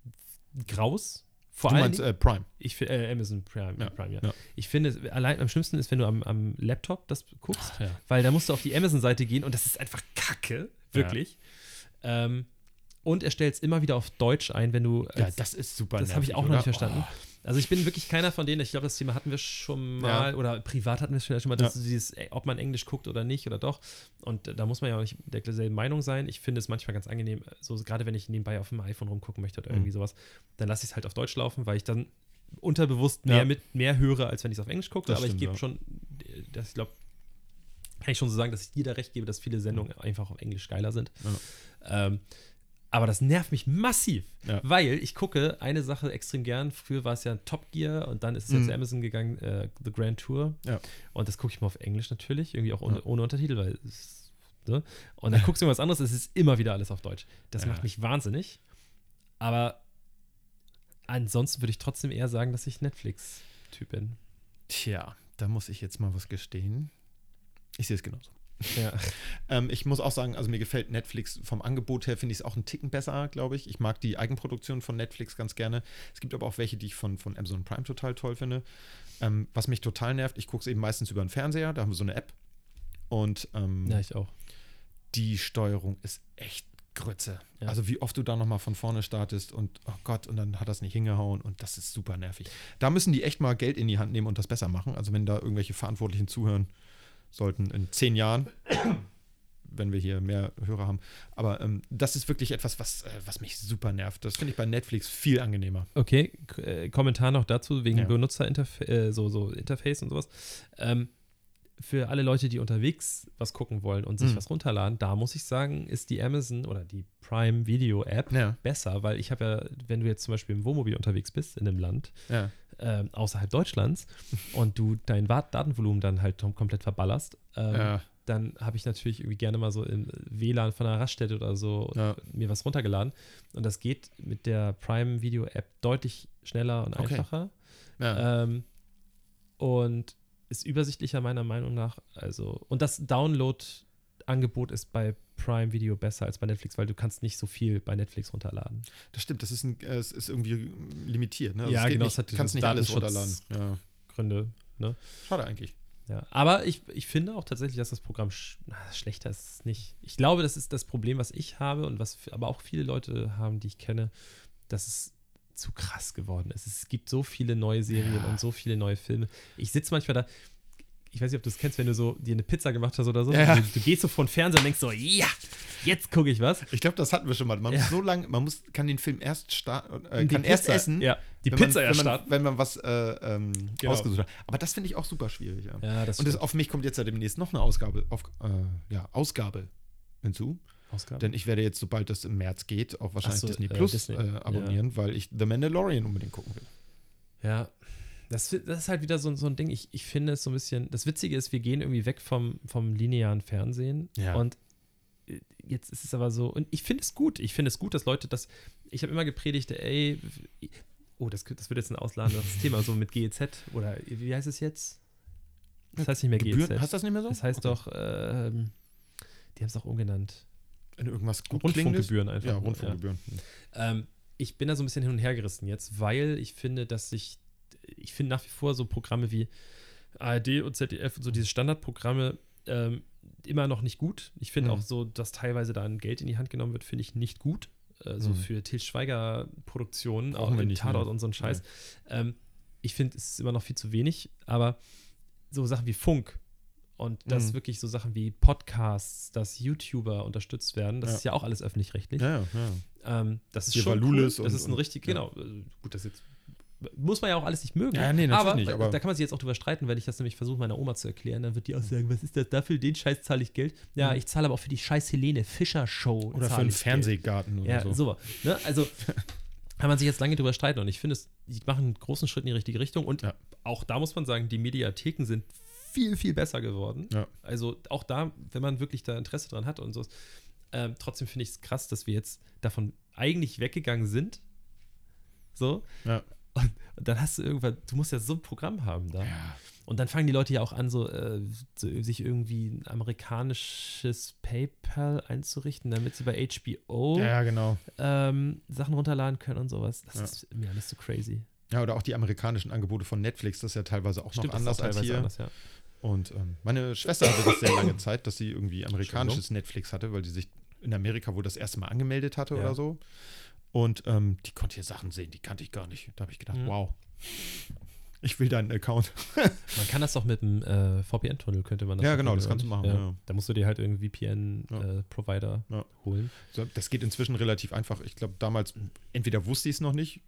Speaker 4: graus. Vor
Speaker 5: Du
Speaker 4: allem,
Speaker 5: meinst äh, Prime.
Speaker 4: ich fi- äh, Amazon Prime,
Speaker 5: Ja,
Speaker 4: Prime ja.
Speaker 5: ja.
Speaker 4: Ich finde, allein am schlimmsten ist, wenn du am, am Laptop das guckst,
Speaker 5: ja.
Speaker 4: weil da musst du auf die Amazon-Seite gehen und das ist einfach Kacke, wirklich. Ähm, und er stellt es immer wieder auf Deutsch ein, wenn du.
Speaker 5: Ja,
Speaker 4: als-
Speaker 5: das ist super.
Speaker 4: das habe ich
Speaker 5: nervig,
Speaker 4: auch noch
Speaker 5: oder? Oh.
Speaker 4: nicht verstanden. Also ich bin wirklich keiner von denen. Ich glaube, das Thema hatten wir schon mal oder privat hatten wir es vielleicht schon mal, dass
Speaker 5: Ja.
Speaker 4: du dieses, ey, ob man Englisch guckt oder nicht oder doch. Und da muss man ja auch nicht der selben Meinung sein. Ich finde es manchmal ganz angenehm, so gerade wenn ich nebenbei auf dem iPhone rumgucken möchte oder
Speaker 5: Mhm.
Speaker 4: irgendwie sowas, dann lasse ich es halt auf Deutsch laufen, weil ich dann unterbewusst mehr
Speaker 5: Ja.
Speaker 4: mit mehr höre, als wenn ich es auf Englisch gucke.
Speaker 5: Das
Speaker 4: Aber ich
Speaker 5: stimmt,
Speaker 4: gebe
Speaker 5: ja.
Speaker 4: schon, äh, das, ich glaube, kann ich schon so sagen, dass ich dir da recht gebe, dass viele Sendungen einfach auf Englisch geiler sind. Ähm, aber das nervt mich massiv,
Speaker 5: Ja.
Speaker 4: weil ich gucke eine Sache extrem gern. Früher war es ja Top Gear und dann ist es ja
Speaker 5: Mhm.
Speaker 4: zu Amazon gegangen, äh, The Grand Tour.
Speaker 5: Ja.
Speaker 4: Und das gucke ich mal auf Englisch natürlich, irgendwie auch ohne,
Speaker 5: Ja.
Speaker 4: ohne Untertitel, weil es, ne? Und dann guckst du mir was anderes, es ist immer wieder alles auf Deutsch. Das
Speaker 5: Ja.
Speaker 4: macht mich wahnsinnig. Aber ansonsten würde ich trotzdem eher sagen, dass ich Netflix-Typ bin.
Speaker 5: Tja, da muss ich jetzt mal was gestehen. Ich sehe es genauso.
Speaker 4: Ja.
Speaker 5: Ähm, ich muss auch sagen, also mir gefällt Netflix vom Angebot her, finde ich es auch einen Ticken besser, glaube ich. Ich mag die Eigenproduktion von Netflix ganz gerne. Es gibt aber auch welche, die ich von, von Amazon Prime total toll finde. Ähm, was mich total nervt, ich gucke es eben meistens über den Fernseher, da haben wir so eine App. Und ähm,
Speaker 4: ja, ich auch.
Speaker 5: die Steuerung ist echt Grütze.
Speaker 4: Ja.
Speaker 5: Also wie oft du da nochmal von vorne startest und oh Gott, und dann hat das nicht hingehauen und das ist super nervig. Da müssen die echt mal Geld in die Hand nehmen und das besser machen. Also wenn da irgendwelche Verantwortlichen zuhören sollten in zehn Jahren, *coughs* wenn wir hier mehr Hörer haben. Aber ähm, das ist wirklich etwas, was, äh, was mich super nervt. Das finde ich bei Netflix viel angenehmer.
Speaker 4: Okay, k- äh, Kommentar noch dazu wegen
Speaker 5: Ja.
Speaker 4: Benutzerinterface, äh, so, so Interface und sowas. Ähm, für alle Leute, die unterwegs was gucken wollen und sich
Speaker 5: Mhm.
Speaker 4: was runterladen, da muss ich sagen, ist die Amazon oder die Prime Video App
Speaker 5: Ja,
Speaker 4: besser, weil ich habe ja, wenn du jetzt zum Beispiel im Wohnmobil unterwegs bist in einem Land,
Speaker 5: ja.
Speaker 4: äh, außerhalb
Speaker 5: *laughs*
Speaker 4: Deutschlands und du dein Wa- Datenvolumen dann halt tom- komplett verballerst, ähm,
Speaker 5: Ja.
Speaker 4: dann habe ich natürlich irgendwie gerne mal so im WLAN von einer Raststätte oder so
Speaker 5: Ja.
Speaker 4: mir was runtergeladen. Und das geht mit der Prime Video App deutlich schneller und
Speaker 5: Okay.
Speaker 4: einfacher.
Speaker 5: Ja.
Speaker 4: Ähm, und ist übersichtlicher meiner Meinung nach. Also, und das Download-Angebot ist bei Prime Video besser als bei Netflix, weil du kannst nicht so viel bei Netflix runterladen.
Speaker 5: das stimmt, das ist, ein, äh, es ist irgendwie mm, limitiert. Ne? Also
Speaker 4: Ja,
Speaker 5: es geht
Speaker 4: genau, es
Speaker 5: Nicht,
Speaker 4: hat
Speaker 5: kannst
Speaker 4: dieses
Speaker 5: nicht alles runterladen.
Speaker 4: Datenschutz-
Speaker 5: Ja.
Speaker 4: Gründe. Ne?
Speaker 5: Schade eigentlich.
Speaker 4: Ja. Aber ich, ich finde auch tatsächlich, dass das Programm sch na, schlechter ist es nicht. Ich glaube, das ist das Problem, was ich habe und was f- aber auch viele Leute haben, die ich kenne, dass es zu krass geworden ist. Es gibt so viele neue Serien und so viele neue Filme. Ich sitze manchmal da, ich weiß nicht, ob du es kennst, wenn du so dir eine Pizza gemacht hast oder so.
Speaker 5: Ja.
Speaker 4: Du, du gehst so vor den Fernseher und denkst so, ja, jetzt gucke ich was.
Speaker 5: Ich glaube, das hatten wir schon mal. Man
Speaker 4: Ja.
Speaker 5: muss so lange, man muss, kann den Film erst starten, äh,
Speaker 4: Die
Speaker 5: kann erst
Speaker 4: Pizza-
Speaker 5: essen.
Speaker 4: Ja, die
Speaker 5: wenn
Speaker 4: Pizza
Speaker 5: man,
Speaker 4: erst
Speaker 5: wenn man,
Speaker 4: starten.
Speaker 5: wenn man was äh, ähm,
Speaker 4: Genau.
Speaker 5: ausgesucht hat. Aber das finde ich auch super schwierig. Ja.
Speaker 4: Ja, das
Speaker 5: Und das,
Speaker 4: stimmt.
Speaker 5: auf mich kommt jetzt ja demnächst noch eine Ausgabe, auf, äh, ja, Ausgabe hinzu.
Speaker 4: Ausgabe.
Speaker 5: Denn ich werde jetzt, sobald das im März geht, auch wahrscheinlich
Speaker 4: Ach so,
Speaker 5: Disney
Speaker 4: äh,
Speaker 5: Plus
Speaker 4: Disney,
Speaker 5: Äh, abonnieren, weil ich The Mandalorian unbedingt gucken will.
Speaker 4: Ja. Das, fi- das ist halt wieder so, so ein Ding. Ich, ich finde es so ein bisschen. Das Witzige ist, wir gehen irgendwie weg vom, vom linearen Fernsehen.
Speaker 5: Ja.
Speaker 4: Und äh, jetzt ist es aber so. Und ich finde es gut. Ich finde es gut, dass Leute das. Ich habe immer gepredigt, ey. Oh, das, das wird jetzt ein
Speaker 5: *laughs*
Speaker 4: ausladendes Thema, so mit GEZ. Oder wie heißt es jetzt? Das heißt nicht mehr GEZ.
Speaker 5: Gebühren, hast du das nicht mehr so?
Speaker 4: das heißt
Speaker 5: Okay.
Speaker 4: doch. Ähm, die haben es doch umgenannt.
Speaker 5: In irgendwas gut klingendes?
Speaker 4: Rundfunkgebühren einfach.
Speaker 5: Ja, Rundfunkgebühren.
Speaker 4: Ähm, ich bin da so ein bisschen hin und her gerissen jetzt, weil ich finde, dass ich, ich finde nach wie vor so Programme wie ARD und ZDF und so diese Standardprogramme ähm, immer noch nicht gut. Ich finde
Speaker 5: Mhm.
Speaker 4: auch so, dass teilweise da ein Geld in die Hand genommen wird, finde ich nicht gut. Äh, so
Speaker 5: Mhm.
Speaker 4: für Til Schweiger Produktionen, auch
Speaker 5: Brauchen wir
Speaker 4: im
Speaker 5: nicht,
Speaker 4: Tatort
Speaker 5: ne?
Speaker 4: und so ein Scheiß. Ähm, ich finde, es ist immer noch viel zu wenig, aber so Sachen wie Funk und dass
Speaker 5: Mhm.
Speaker 4: wirklich so Sachen wie Podcasts, dass YouTuber unterstützt werden, das
Speaker 5: Ja.
Speaker 4: ist ja auch alles öffentlich-rechtlich.
Speaker 5: Ja, ja, ja.
Speaker 4: Ähm, das ist
Speaker 5: Hier
Speaker 4: schon
Speaker 5: war
Speaker 4: cool.
Speaker 5: Lulis
Speaker 4: Das
Speaker 5: und-
Speaker 4: ist ein
Speaker 5: und-
Speaker 4: richtig,
Speaker 5: ja.
Speaker 4: genau. äh, Gut, das jetzt muss man ja auch alles nicht mögen.
Speaker 5: Ja, nee, natürlich
Speaker 4: aber,
Speaker 5: nicht, aber-
Speaker 4: da kann man sich jetzt auch drüber streiten, wenn ich das nämlich versuche, meiner Oma zu erklären, dann wird die auch sagen, was ist das dafür? Den Scheiß zahle ich Geld. Ja, ich zahle aber auch für die scheiß Helene Fischer Show.
Speaker 5: Mhm. Oder für
Speaker 4: zahle
Speaker 5: einen
Speaker 4: ich Geld.
Speaker 5: Fernsehgarten oder
Speaker 4: Ja,
Speaker 5: so.
Speaker 4: so. Ne?
Speaker 5: *laughs*
Speaker 4: Also kann man sich jetzt lange drüber streiten und ich finde, es- die machen einen großen Schritt in die richtige Richtung und
Speaker 5: Ja.
Speaker 4: auch da muss man sagen, die Mediatheken sind viel, viel besser geworden.
Speaker 5: Ja.
Speaker 4: Also auch da, wenn man wirklich da Interesse dran hat und so. Ähm, trotzdem finde ich es krass, dass wir jetzt davon eigentlich weggegangen sind. So.
Speaker 5: Ja.
Speaker 4: Und, und dann hast du irgendwann, du musst ja so ein Programm haben da.
Speaker 5: Ja.
Speaker 4: Und dann fangen die Leute ja auch an, so, äh, so sich irgendwie ein amerikanisches PayPal einzurichten, damit sie bei HBO
Speaker 5: ja, genau.
Speaker 4: ähm, Sachen runterladen können und sowas. Das
Speaker 5: Ja.
Speaker 4: ist mir alles zu crazy.
Speaker 5: Ja, oder auch die amerikanischen Angebote von Netflix, das ist ja teilweise auch noch
Speaker 4: das ist
Speaker 5: anders als
Speaker 4: teilweise
Speaker 5: hier.
Speaker 4: anders, ja.
Speaker 5: Und ähm, meine Schwester hatte das sehr
Speaker 4: *coughs*
Speaker 5: lange Zeit, dass sie irgendwie amerikanisches Netflix hatte, weil sie sich in Amerika wohl das erste Mal angemeldet hatte
Speaker 4: Ja.
Speaker 5: oder so. Und ähm, die konnte hier Sachen sehen, die kannte ich gar nicht. Da habe ich gedacht,
Speaker 4: Mhm.
Speaker 5: wow, ich will deinen Account. *laughs*
Speaker 4: Man kann das doch mit einem äh, VPN-Tunnel, könnte man das
Speaker 5: Ja,
Speaker 4: doch
Speaker 5: genau,
Speaker 4: irgendwie,
Speaker 5: das kannst du
Speaker 4: oder nicht?
Speaker 5: machen, ja.
Speaker 4: Da musst du dir halt irgendeinen VPN-Provider
Speaker 5: Ja. Ja.
Speaker 4: äh, holen.
Speaker 5: So, Das geht inzwischen relativ einfach. Ich glaube, damals entweder wusste ich es noch nicht,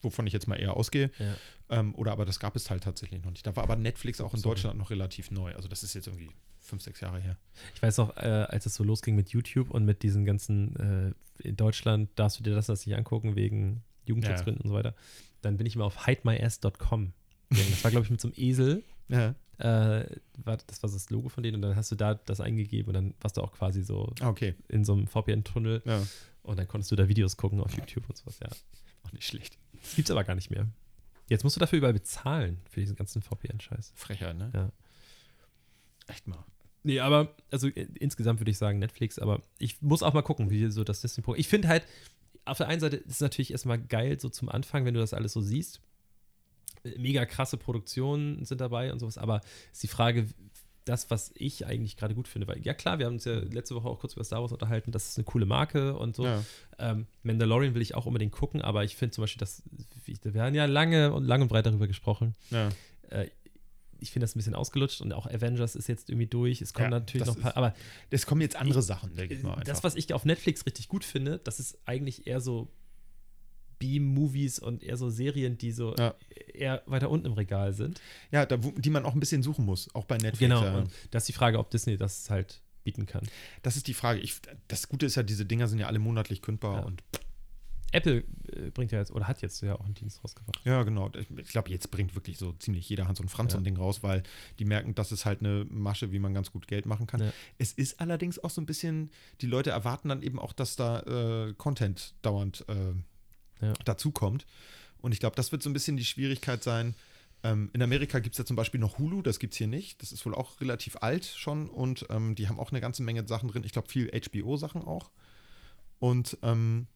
Speaker 5: wovon ich jetzt mal eher ausgehe,
Speaker 4: Ja.
Speaker 5: ähm, oder aber das gab es halt tatsächlich noch nicht. Da war aber Netflix auch in
Speaker 4: Sorry.
Speaker 5: Deutschland noch relativ neu. Also das ist jetzt irgendwie fünf, sechs Jahre her.
Speaker 4: Ich weiß noch, äh, als es so losging mit YouTube und mit diesen ganzen, äh, in Deutschland darfst du dir das, und das nicht angucken wegen Jugendschutzgründen und so weiter, dann bin ich immer auf hidemyass.com. gegangen. Das war, glaube ich, mit so einem Esel.
Speaker 5: Ja.
Speaker 4: Äh, war, das war so das Logo von denen und dann hast du da das eingegeben und dann warst du auch quasi so
Speaker 5: Ah, okay.
Speaker 4: in so einem VPN-Tunnel
Speaker 5: Ja.
Speaker 4: und dann konntest du da Videos gucken auf YouTube und sowas, ja.
Speaker 5: Auch nicht schlecht.
Speaker 4: Das gibt's aber gar nicht mehr. Jetzt musst du dafür überall bezahlen, für diesen ganzen VPN-Scheiß.
Speaker 5: Frecher, ne?
Speaker 4: Ja.
Speaker 5: Echt mal.
Speaker 4: Nee, aber, also äh, insgesamt würde ich sagen Netflix, aber ich muss auch mal gucken, wie so das Disney-Programm. Ich finde halt, auf der einen Seite ist es natürlich erstmal geil, so zum Anfang, wenn du das alles so siehst. Äh, Mega krasse Produktionen sind dabei und sowas, aber ist die Frage, das, was ich eigentlich gerade gut finde, weil, ja klar, wir haben uns ja letzte Woche auch kurz über Star Wars unterhalten, das ist eine coole Marke und so.
Speaker 5: Ja.
Speaker 4: Ähm, Mandalorian will ich auch unbedingt gucken, aber ich finde zum Beispiel, dass wir haben ja lange und lang und breit darüber gesprochen.
Speaker 5: ja.
Speaker 4: Äh, ich finde das ein bisschen ausgelutscht und auch Avengers ist jetzt irgendwie durch. Es kommen
Speaker 5: Ja,
Speaker 4: natürlich noch
Speaker 5: das
Speaker 4: ein paar,
Speaker 5: ist-
Speaker 4: aber
Speaker 5: Es kommen jetzt andere Sachen, denke ich mal.
Speaker 4: äh,
Speaker 5: Einfach.
Speaker 4: das, was ich auf Netflix richtig gut finde, das ist eigentlich eher so B-Movies und eher so Serien, die so
Speaker 5: Ja.
Speaker 4: eher weiter unten im Regal sind.
Speaker 5: ja, da, wo, die man auch ein bisschen suchen muss, auch bei Netflix. ähm,
Speaker 4: Genau.
Speaker 5: Ja.
Speaker 4: Und das ist die Frage, ob Disney das halt bieten kann.
Speaker 5: Das ist die Frage. Ich, das Gute ist ja, diese Dinger sind ja alle monatlich kündbar
Speaker 4: Ja.
Speaker 5: und
Speaker 4: Apple äh, bringt ja jetzt, oder hat jetzt ja auch einen Dienst rausgebracht.
Speaker 5: Ja, genau. Ich glaube, jetzt bringt wirklich so ziemlich jeder Hans und Franz so ein Ding raus, weil die merken, das ist halt eine Masche, wie man ganz gut Geld machen kann.
Speaker 4: Ja.
Speaker 5: Es ist allerdings auch so ein bisschen, die Leute erwarten dann eben auch, dass da äh, Content dauernd äh,
Speaker 4: Ja.
Speaker 5: dazukommt. Und ich glaube, das wird so ein bisschen die Schwierigkeit sein. Ähm, in Amerika gibt es ja zum Beispiel noch Hulu, das gibt es hier nicht. Das ist wohl auch relativ alt schon und ähm, die haben auch eine ganze Menge Sachen drin. Ich glaube, viel HBO-Sachen auch. Und ähm,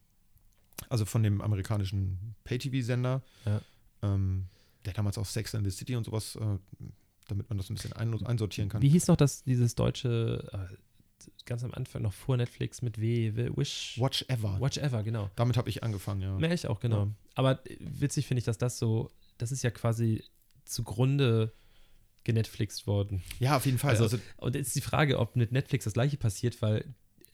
Speaker 5: also von dem amerikanischen Pay-TV-Sender,
Speaker 4: Ja.
Speaker 5: ähm, der damals auch Sex and the City und sowas, äh, damit man das ein bisschen ein einsortieren kann.
Speaker 4: Wie hieß noch das, dieses deutsche, äh, ganz am Anfang noch vor Netflix mit W, W- Wish,
Speaker 5: Watch Ever.
Speaker 4: Watch Ever, genau.
Speaker 5: Damit habe ich angefangen, ja.
Speaker 4: Ja, ich auch, genau.
Speaker 5: Ja.
Speaker 4: Aber äh, witzig finde ich, dass das so, das ist ja quasi zugrunde genetflixt worden.
Speaker 5: Ja, auf jeden Fall.
Speaker 4: Also,
Speaker 5: Also,
Speaker 4: und jetzt ist die Frage, ob mit Netflix das gleiche passiert, weil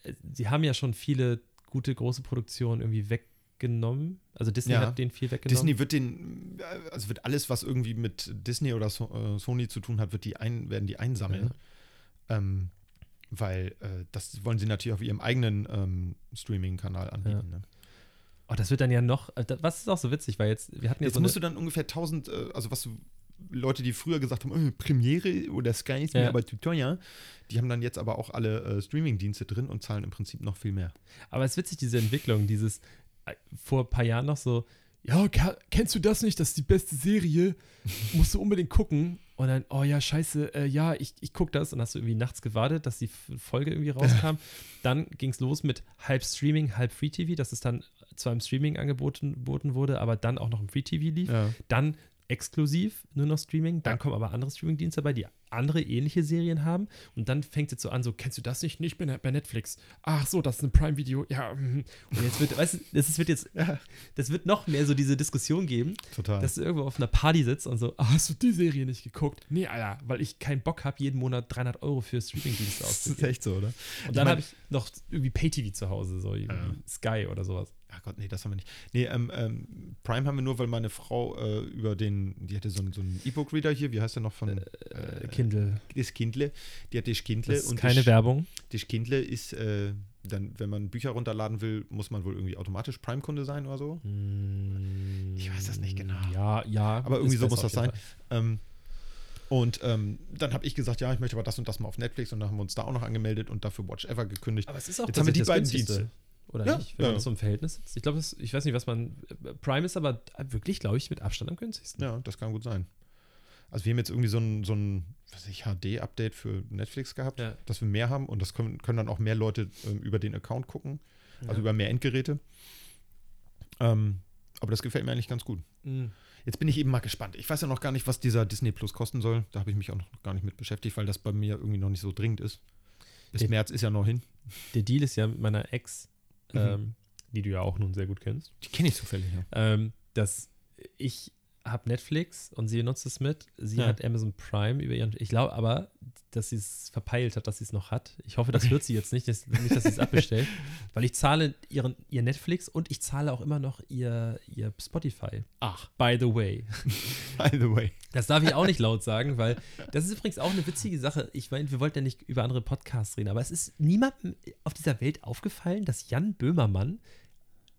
Speaker 4: äh, sie haben ja schon viele gute, große Produktionen irgendwie weggenommen. Also Disney
Speaker 5: Ja.
Speaker 4: hat den viel weggenommen.
Speaker 5: Disney wird den, äh, also wird alles, was irgendwie mit Disney oder so, äh, Sony zu tun hat, wird die ein, werden die einsammeln. Ähm, weil äh, das wollen sie natürlich auf ihrem eigenen ähm, Streaming-Kanal anbieten. Ne?
Speaker 4: Oh, das wird dann ja noch, äh, da- was ist auch so witzig, weil jetzt, wir hatten ja
Speaker 5: Jetzt
Speaker 4: so
Speaker 5: musst du
Speaker 4: eine,
Speaker 5: dann ungefähr 1000, äh, also was du, Leute, die früher gesagt haben, äh, Premiere oder Sky ist mir
Speaker 4: Ja.
Speaker 5: aber zu teuer, die haben dann jetzt aber auch alle äh, Streaming-Dienste drin und zahlen im Prinzip noch viel mehr.
Speaker 4: aber es ist witzig, diese Entwicklung, dieses äh, vor ein paar Jahren noch so, ja, ka- kennst du das nicht, das ist die beste Serie, musst du unbedingt gucken und dann, oh ja, scheiße, äh, ja, ich, ich guck das und hast du irgendwie nachts gewartet, dass die F- Folge irgendwie rauskam. dann ging es los mit halb Streaming, halb Free-TV, dass es dann zwar im Streaming angeboten geboten wurde, aber dann auch noch im Free-TV lief.
Speaker 5: Ja.
Speaker 4: Dann exklusiv nur noch Streaming, dann kommen aber andere Streaming-Dienste dabei, die andere ähnliche Serien haben und dann fängt es jetzt so an, so, kennst du das nicht? Nicht bei bei Netflix. Ach so, das ist ein Prime-Video, ja. mhm. Und jetzt wird, weißt du, das ist- wird jetzt, das wird noch mehr so diese Diskussion geben,
Speaker 5: Total.
Speaker 4: dass du irgendwo auf einer Party sitzt und so, ah, hast du die Serie nicht geguckt? Nee, Alter, weil ich keinen Bock habe, jeden Monat 300 Euro für
Speaker 5: *laughs*
Speaker 4: Streaming-Dienste auszugeben.
Speaker 5: echt so, oder?
Speaker 4: Und dann
Speaker 5: Ich mein-
Speaker 4: habe ich noch irgendwie Pay-TV zu Hause, so irgendwie Sky oder sowas.
Speaker 5: Ach Gott, nee, das haben wir nicht. Nee, ähm, ähm, Prime haben wir nur, weil meine Frau äh, über den, die hatte so einen so einen E-Book-Reader hier, wie heißt der noch von? Äh,
Speaker 4: Kindle.
Speaker 5: das Kindle. Die hat das Kindle.
Speaker 4: Das ist
Speaker 5: und
Speaker 4: keine
Speaker 5: das,
Speaker 4: Werbung.
Speaker 5: das Kindle ist, äh, dann, wenn man Bücher runterladen will, muss man wohl irgendwie automatisch Prime-Kunde sein oder so.
Speaker 4: Mhm.
Speaker 5: Ich weiß das nicht genau.
Speaker 4: Ja, ja.
Speaker 5: Aber irgendwie
Speaker 4: ist
Speaker 5: so
Speaker 4: besser
Speaker 5: muss
Speaker 4: auf
Speaker 5: das
Speaker 4: jeden
Speaker 5: sein. Ähm, und ähm, dann habe ich gesagt, ja, ich möchte aber das und das mal auf Netflix und dann haben wir uns da auch noch angemeldet und dafür Watch Ever gekündigt.
Speaker 4: Aber es ist auch
Speaker 5: Jetzt haben wir die
Speaker 4: tatsächlich das
Speaker 5: beiden
Speaker 4: günstigste,
Speaker 5: Dienste.
Speaker 4: Oder
Speaker 5: Ja,
Speaker 4: nicht? Wenn
Speaker 5: ja.
Speaker 4: man das so im Verhältnis sitzt. Ich glaube, das- ich weiß nicht, was man. Prime ist aber wirklich, glaube ich, mit Abstand am günstigsten.
Speaker 5: Ja, das kann gut sein. Also wir haben jetzt irgendwie so ein, so ein was weiß ich, HD-Update für Netflix gehabt,
Speaker 4: Ja.
Speaker 5: dass wir mehr haben und das können, können dann auch mehr Leute ähm, über den Account gucken, also über mehr Endgeräte. Ähm, aber das gefällt mir eigentlich ganz gut.
Speaker 4: Mhm.
Speaker 5: Jetzt bin ich eben mal gespannt. Ich weiß ja noch gar nicht, was dieser Disney Plus kosten soll. Da habe ich mich auch noch gar nicht mit beschäftigt, weil das bei mir irgendwie noch nicht so dringend ist. Bis
Speaker 4: Der-
Speaker 5: März ist ja noch hin.
Speaker 4: Der Deal ist ja mit meiner Ex,
Speaker 5: Mhm.
Speaker 4: ähm, die du ja auch nun sehr gut kennst.
Speaker 5: Die kenne ich zufällig, ja.
Speaker 4: ähm, dass ich habe Netflix und sie nutzt es mit. Sie
Speaker 5: Ja.
Speaker 4: hat Amazon Prime über ihren. Ich glaube aber, dass sie es verpeilt hat, dass sie es noch hat. Ich hoffe, das hört sie jetzt nicht, dass, nicht, dass sie es abbestellt. Weil ich zahle ihren, ihr Netflix und ich zahle auch immer noch ihr, ihr Spotify. Ach. By the way.
Speaker 5: *laughs* By the way.
Speaker 4: Das darf ich auch nicht laut sagen, weil das ist übrigens auch eine witzige Sache. Ich meine, wir wollten ja nicht über andere Podcasts reden, aber es ist niemandem auf dieser Welt aufgefallen, dass Jan Böhmermann,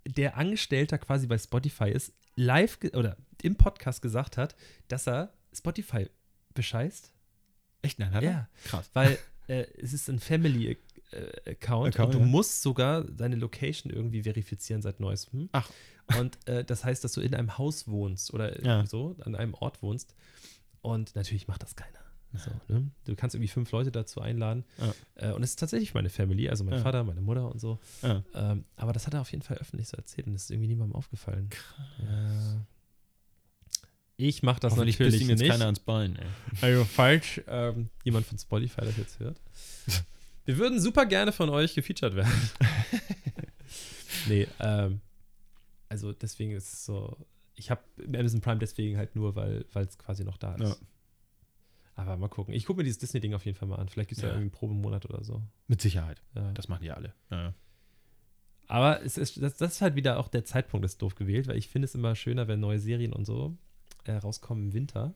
Speaker 4: der Angestellter quasi bei Spotify ist, live ge- oder im Podcast gesagt hat, dass er Spotify bescheißt.
Speaker 5: Echt? Nein, hat
Speaker 4: Ja,
Speaker 5: Krass.
Speaker 4: weil äh, es ist ein Family äh, Account,
Speaker 5: Account,
Speaker 4: und du
Speaker 5: ja.
Speaker 4: musst sogar deine Location irgendwie verifizieren seit neuestem.
Speaker 5: Ach.
Speaker 4: Und äh, das heißt, dass du in einem Haus wohnst oder
Speaker 5: Ja.
Speaker 4: so, an einem Ort wohnst. Und natürlich macht das keiner. So, ne? Du kannst irgendwie fünf Leute dazu einladen.
Speaker 5: Ja.
Speaker 4: Äh, und es ist tatsächlich meine Family, also mein
Speaker 5: Ja.
Speaker 4: Vater, meine Mutter und so.
Speaker 5: Ja.
Speaker 4: Ähm, aber das hat er auf jeden Fall öffentlich so erzählt und das ist irgendwie niemandem aufgefallen. Ja. Ich mache das
Speaker 5: Hoffentlich
Speaker 4: natürlich
Speaker 5: pisst ihm jetzt
Speaker 4: nicht.
Speaker 5: keiner ans Bein, ey.
Speaker 4: Also falsch, ähm, jemand von Spotify das jetzt hört. Wir würden super gerne von euch gefeatured werden.
Speaker 5: *laughs*
Speaker 4: nee, ähm, also deswegen ist es so, ich habe Amazon Prime deswegen halt nur, weil es quasi noch da ist.
Speaker 5: Ja.
Speaker 4: Aber mal gucken. Ich gucke mir dieses Disney-Ding auf jeden Fall mal an. Vielleicht gibt es ja.
Speaker 5: Ja.
Speaker 4: irgendwie einen Probemonat oder so.
Speaker 5: Mit Sicherheit.
Speaker 4: Ja.
Speaker 5: Das machen die alle. Ja.
Speaker 4: Aber es ist, das, das ist halt wieder auch der Zeitpunkt ist doof gewählt, weil ich finde es immer schöner, wenn neue Serien und so äh, rauskommen im Winter.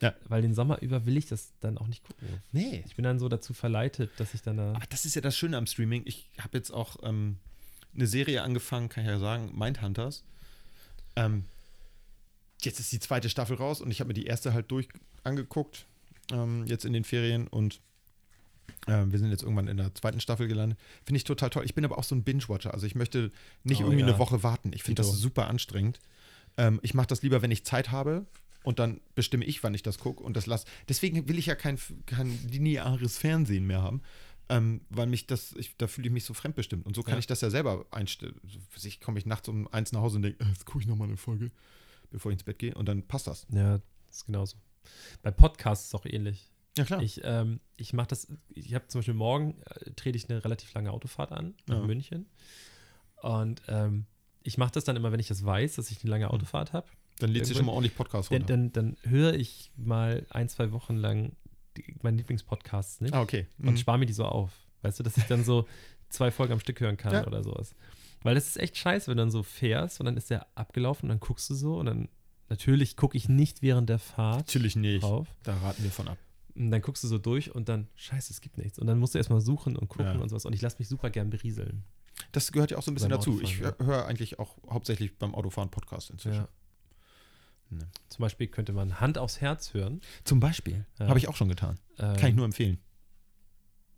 Speaker 5: Ja.
Speaker 4: Weil den Sommer über will ich das dann auch nicht gucken.
Speaker 5: Nee.
Speaker 4: Ich bin dann so dazu verleitet, dass ich dann da.
Speaker 5: Aber das ist ja das Schöne am Streaming. Ich habe jetzt auch ähm, eine Serie angefangen, kann ich ja sagen, Mindhunters. Ähm, jetzt ist die zweite Staffel raus und ich habe mir die erste halt durch angeguckt, ähm, jetzt in den Ferien und ähm, wir sind jetzt irgendwann in der zweiten Staffel gelandet. Finde ich total toll. Ich bin aber auch so ein Binge-Watcher. Also ich möchte nicht
Speaker 4: Oh,
Speaker 5: irgendwie
Speaker 4: ja.
Speaker 5: eine Woche warten. Ich finde das
Speaker 4: Tito.
Speaker 5: super anstrengend. Ähm, ich mache das lieber, wenn ich Zeit habe und dann bestimme ich, wann ich das gucke und das lasse. Deswegen will ich ja kein, kein lineares Fernsehen mehr haben. Ähm, weil mich das, ich, da fühle ich mich so fremdbestimmt. Und so kann
Speaker 4: Ja.
Speaker 5: ich das ja selber einstellen. So, weiß Ich komme ich nachts um eins nach Hause und denke, jetzt gucke ich nochmal eine Folge, bevor ich ins Bett gehe. Und dann passt das.
Speaker 4: Ja, ist genauso. Bei Podcasts ist es auch ähnlich.
Speaker 5: Ja, klar.
Speaker 4: Ich, ähm, ich mache das, ich habe zum Beispiel morgen, äh, trete ich eine relativ lange Autofahrt an nach
Speaker 5: Ja.
Speaker 4: München. Und ähm, ich mache das dann immer, wenn ich das weiß, dass ich eine
Speaker 5: Hm.
Speaker 4: lange Autofahrt habe.
Speaker 5: dann lädst du schon mal ordentlich Podcast
Speaker 4: Dann,
Speaker 5: runter.
Speaker 4: dann, dann höre ich mal ein, zwei Wochen lang die, meinen Lieblingspodcast nicht
Speaker 5: ah, okay.
Speaker 4: und
Speaker 5: Mhm.
Speaker 4: spare mir die so auf. Weißt du, dass ich dann so zwei Folgen am Stück hören kann
Speaker 5: Ja.
Speaker 4: oder sowas. Weil das ist echt scheiße, wenn du dann so fährst und dann ist der abgelaufen und dann guckst du so und dann natürlich gucke ich nicht während der Fahrt
Speaker 5: Natürlich nicht.
Speaker 4: drauf.
Speaker 5: Da raten wir von ab.
Speaker 4: Und dann guckst du so durch und dann, scheiße, es gibt nichts. Und dann musst du erstmal suchen und gucken
Speaker 5: Ja.
Speaker 4: und sowas. Und ich lasse mich super gern berieseln.
Speaker 5: Das gehört ja auch so ein bisschen
Speaker 4: Beim
Speaker 5: dazu. Ich
Speaker 4: Autofahren,
Speaker 5: höre eigentlich auch hauptsächlich beim Autofahren Podcast inzwischen. Ne.
Speaker 4: Zum Beispiel könnte man Hand aufs Herz hören.
Speaker 5: Zum Beispiel.
Speaker 4: Ja.
Speaker 5: Habe ich auch schon getan.
Speaker 4: Ähm,
Speaker 5: Kann ich nur empfehlen.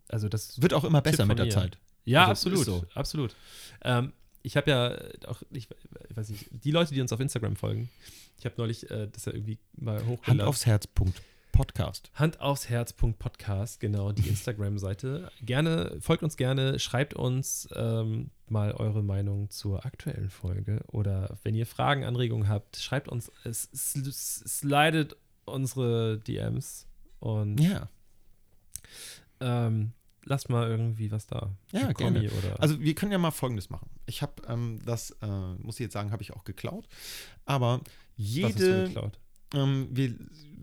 Speaker 4: Also das
Speaker 5: Wird auch immer besser
Speaker 4: von
Speaker 5: mit der
Speaker 4: mir.
Speaker 5: Zeit.
Speaker 4: Ja,
Speaker 5: Also,
Speaker 4: absolut.
Speaker 5: ist so.
Speaker 4: Absolut. Ähm, ich habe ja äh, auch, ich, ich weiß nicht, die Leute, die uns auf Instagram folgen, ich habe neulich äh, das ja irgendwie mal hochgeladen.
Speaker 5: Hand aufs Herz. Punkt. Podcast.
Speaker 4: Hand aufs Herz.podcast, genau,
Speaker 5: *laughs*
Speaker 4: die Instagram-Seite. Gerne, folgt uns gerne, schreibt uns ähm, mal eure Meinung zur aktuellen Folge oder wenn ihr Fragen, Anregungen habt, schreibt uns, es, es, es slidet unsere DMs und
Speaker 5: Ja.
Speaker 4: ähm, lasst mal irgendwie was da.
Speaker 5: Ja,
Speaker 4: Ein Kommi
Speaker 5: gerne.
Speaker 4: Oder,
Speaker 5: Also wir können ja mal Folgendes machen. Ich habe ähm, das, äh, muss ich jetzt sagen, habe ich auch geklaut. Aber
Speaker 4: was hast du
Speaker 5: jede,
Speaker 4: geklaut?
Speaker 5: ähm, wir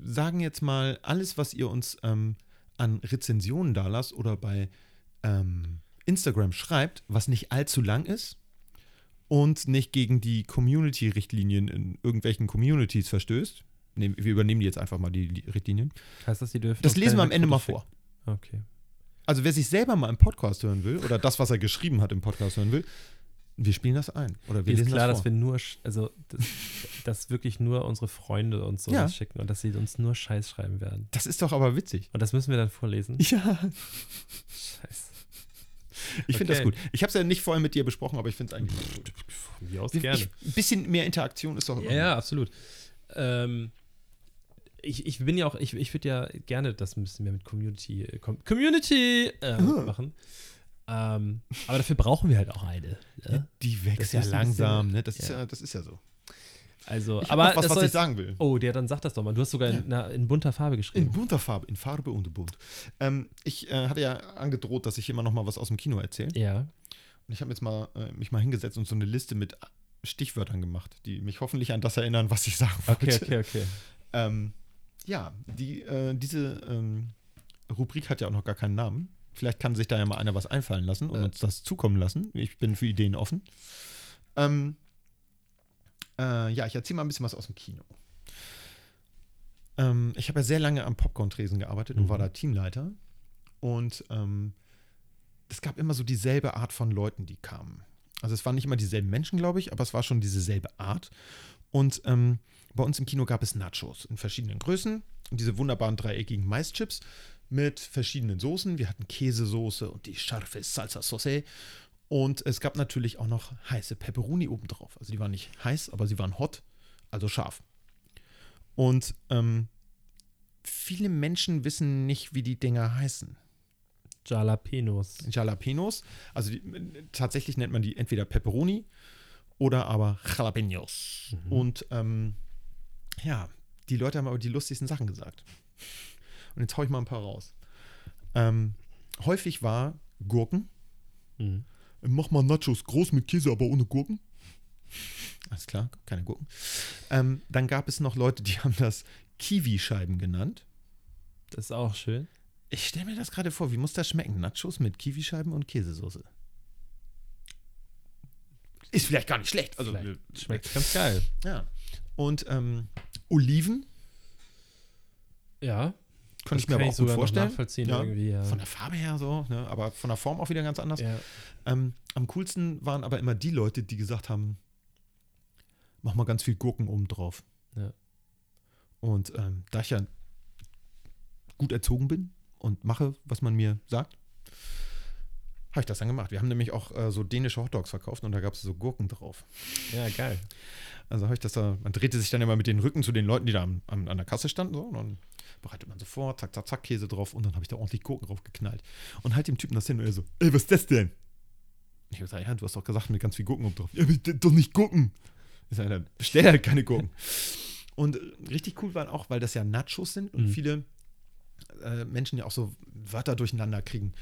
Speaker 5: sagen jetzt mal, alles, was ihr uns ähm, an Rezensionen da lasst oder bei ähm, Instagram schreibt, was nicht allzu lang ist und nicht gegen die Community-Richtlinien in irgendwelchen Communities verstößt. Nehmen- wir übernehmen die jetzt einfach mal, die Li- Richtlinien.
Speaker 4: Heißt das, die dürfen
Speaker 5: Das
Speaker 4: uns
Speaker 5: lesen wir am
Speaker 4: keine
Speaker 5: Ende mal
Speaker 4: Fotos
Speaker 5: vor.
Speaker 4: schicken? Okay.
Speaker 5: Also wer sich selber mal im Podcast hören will oder das, was er geschrieben hat, im Podcast hören will, wir spielen das ein. Oder
Speaker 4: Mir
Speaker 5: wir
Speaker 4: ist
Speaker 5: lesen
Speaker 4: klar,
Speaker 5: das
Speaker 4: dass
Speaker 5: vor.
Speaker 4: wir nur, sch- also, dass, dass wirklich nur unsere Freunde uns sowas
Speaker 5: Ja.
Speaker 4: schicken und dass sie uns nur Scheiß schreiben werden.
Speaker 5: das ist doch aber witzig.
Speaker 4: Und das müssen wir dann vorlesen.
Speaker 5: Ja.
Speaker 4: Scheiße.
Speaker 5: Ich finde das
Speaker 4: Okay.
Speaker 5: gut. Ich habe es ja nicht vorher mit dir besprochen, aber ich finde es eigentlich gut.
Speaker 4: Von mir aus
Speaker 5: Wir-
Speaker 4: gerne.
Speaker 5: Ich, ein bisschen mehr Interaktion ist doch immer
Speaker 4: Ja, ja, absolut. Ähm, ich, ich bin ja auch, ich, ich würde ja gerne das ein bisschen mehr mit Community, äh, Com Community äh, machen. Ähm, aber dafür brauchen wir halt auch eine. Ne?
Speaker 5: Die
Speaker 4: Das
Speaker 5: wächst ja
Speaker 4: ist ein
Speaker 5: langsam, ne? Das,
Speaker 4: ja.
Speaker 5: ist ja, das ist ja so.
Speaker 4: Also,
Speaker 5: Ich hab
Speaker 4: aber
Speaker 5: noch was,
Speaker 4: das
Speaker 5: was
Speaker 4: soll
Speaker 5: ich
Speaker 4: jetzt-
Speaker 5: sagen will.
Speaker 4: Oh, der, dann sag das doch mal. Du hast sogar in, na, in bunter Farbe
Speaker 5: In
Speaker 4: geschrieben.
Speaker 5: bunter Farbe, in Farbe und bunt. Ähm, ich äh, hatte ja angedroht, dass ich immer noch mal was aus dem Kino erzähle. *laughs*
Speaker 4: ja.
Speaker 5: Und ich habe jetzt mal äh, mich mal hingesetzt und so eine Liste mit Stichwörtern gemacht, die mich hoffentlich an das erinnern, was ich sagen wollte.
Speaker 4: Okay, okay, okay.
Speaker 5: Ähm, ja, die, äh, diese ähm, Rubrik hat ja auch noch gar keinen Namen. Vielleicht kann sich da ja mal einer was einfallen lassen und
Speaker 4: Äh.
Speaker 5: uns das zukommen lassen. Ich bin für Ideen offen. Ähm, äh, ja, ich erzähle mal ein bisschen was aus dem Kino. Ähm, ich habe ja sehr lange am Popcorn-Tresen gearbeitet und
Speaker 4: Mhm.
Speaker 5: war da Teamleiter. Und ähm, es gab immer so dieselbe Art von Leuten, die kamen. Also es waren nicht immer dieselben Menschen, glaube ich, aber es war schon dieselbe Art. Und ähm, bei uns im Kino gab es Nachos in verschiedenen Größen. Und diese wunderbaren dreieckigen Maischips mit verschiedenen Soßen. Wir hatten Käsesoße und die scharfe Salsa Sauce. Und es gab natürlich auch noch heiße Pepperoni obendrauf. Also die waren nicht heiß, aber sie waren hot, also scharf. Und ähm, viele Menschen wissen nicht, wie die Dinger heißen.
Speaker 4: Jalapenos.
Speaker 5: Jalapenos. Also die, tatsächlich nennt man die entweder Pepperoni oder aber Jalapenos. Und ähm, ja, die Leute haben aber die lustigsten Sachen gesagt. Und jetzt hau ich mal ein paar raus. Ähm, häufig war Gurken.
Speaker 4: Mhm.
Speaker 5: Mach mal Nachos groß mit Käse, aber ohne Gurken. Alles klar, keine Gurken. Ähm, dann gab es noch Leute, die haben das Kiwi-Scheiben genannt.
Speaker 4: Das ist auch schön.
Speaker 5: Ich stelle mir das gerade vor, wie muss das schmecken? Nachos mit Kiwischeiben und Käsesoße. Ist vielleicht gar nicht schlecht. Also
Speaker 4: Vielleicht Schmeckt ganz geil.
Speaker 5: Ja. Und ähm, Oliven
Speaker 4: Ja. Das
Speaker 5: Könnte ich mir
Speaker 4: kann
Speaker 5: aber
Speaker 4: ich
Speaker 5: auch gut
Speaker 4: sogar noch
Speaker 5: vorstellen.
Speaker 4: nachvollziehen irgendwie, ja.
Speaker 5: Von der Farbe her so, ne? aber von der Form auch wieder ganz anders.
Speaker 4: Ja.
Speaker 5: Ähm, am coolsten waren aber immer die Leute, die gesagt haben, mach mal ganz viel Gurken oben drauf.
Speaker 4: Ja.
Speaker 5: Und ähm, da ich ja gut erzogen bin und mache, was man mir sagt, habe ich das dann gemacht. Wir haben nämlich auch äh, so dänische Hotdogs verkauft und da gab es so Gurken drauf.
Speaker 4: ja, *laughs* geil.
Speaker 5: Also habe ich das da, man drehte sich dann immer mit den Rücken zu den Leuten, die da am, am, an der Kasse standen, so, und dann bereitet man so vor, zack, zack, zack, Käse drauf und dann habe ich da ordentlich Gurken drauf geknallt. Und halt dem Typen das hin und er so, ey, was ist das denn? Ich habe gesagt, ja, du hast doch gesagt, mit ganz viel Gurken oben drauf. Ja, aber ich- doch nicht Gurken. Ich sage, dann bestell halt keine Gurken. und äh, richtig cool waren auch, weil das ja Nachos sind und
Speaker 4: Mhm.
Speaker 5: viele äh, Menschen ja auch so Wörter durcheinander kriegen.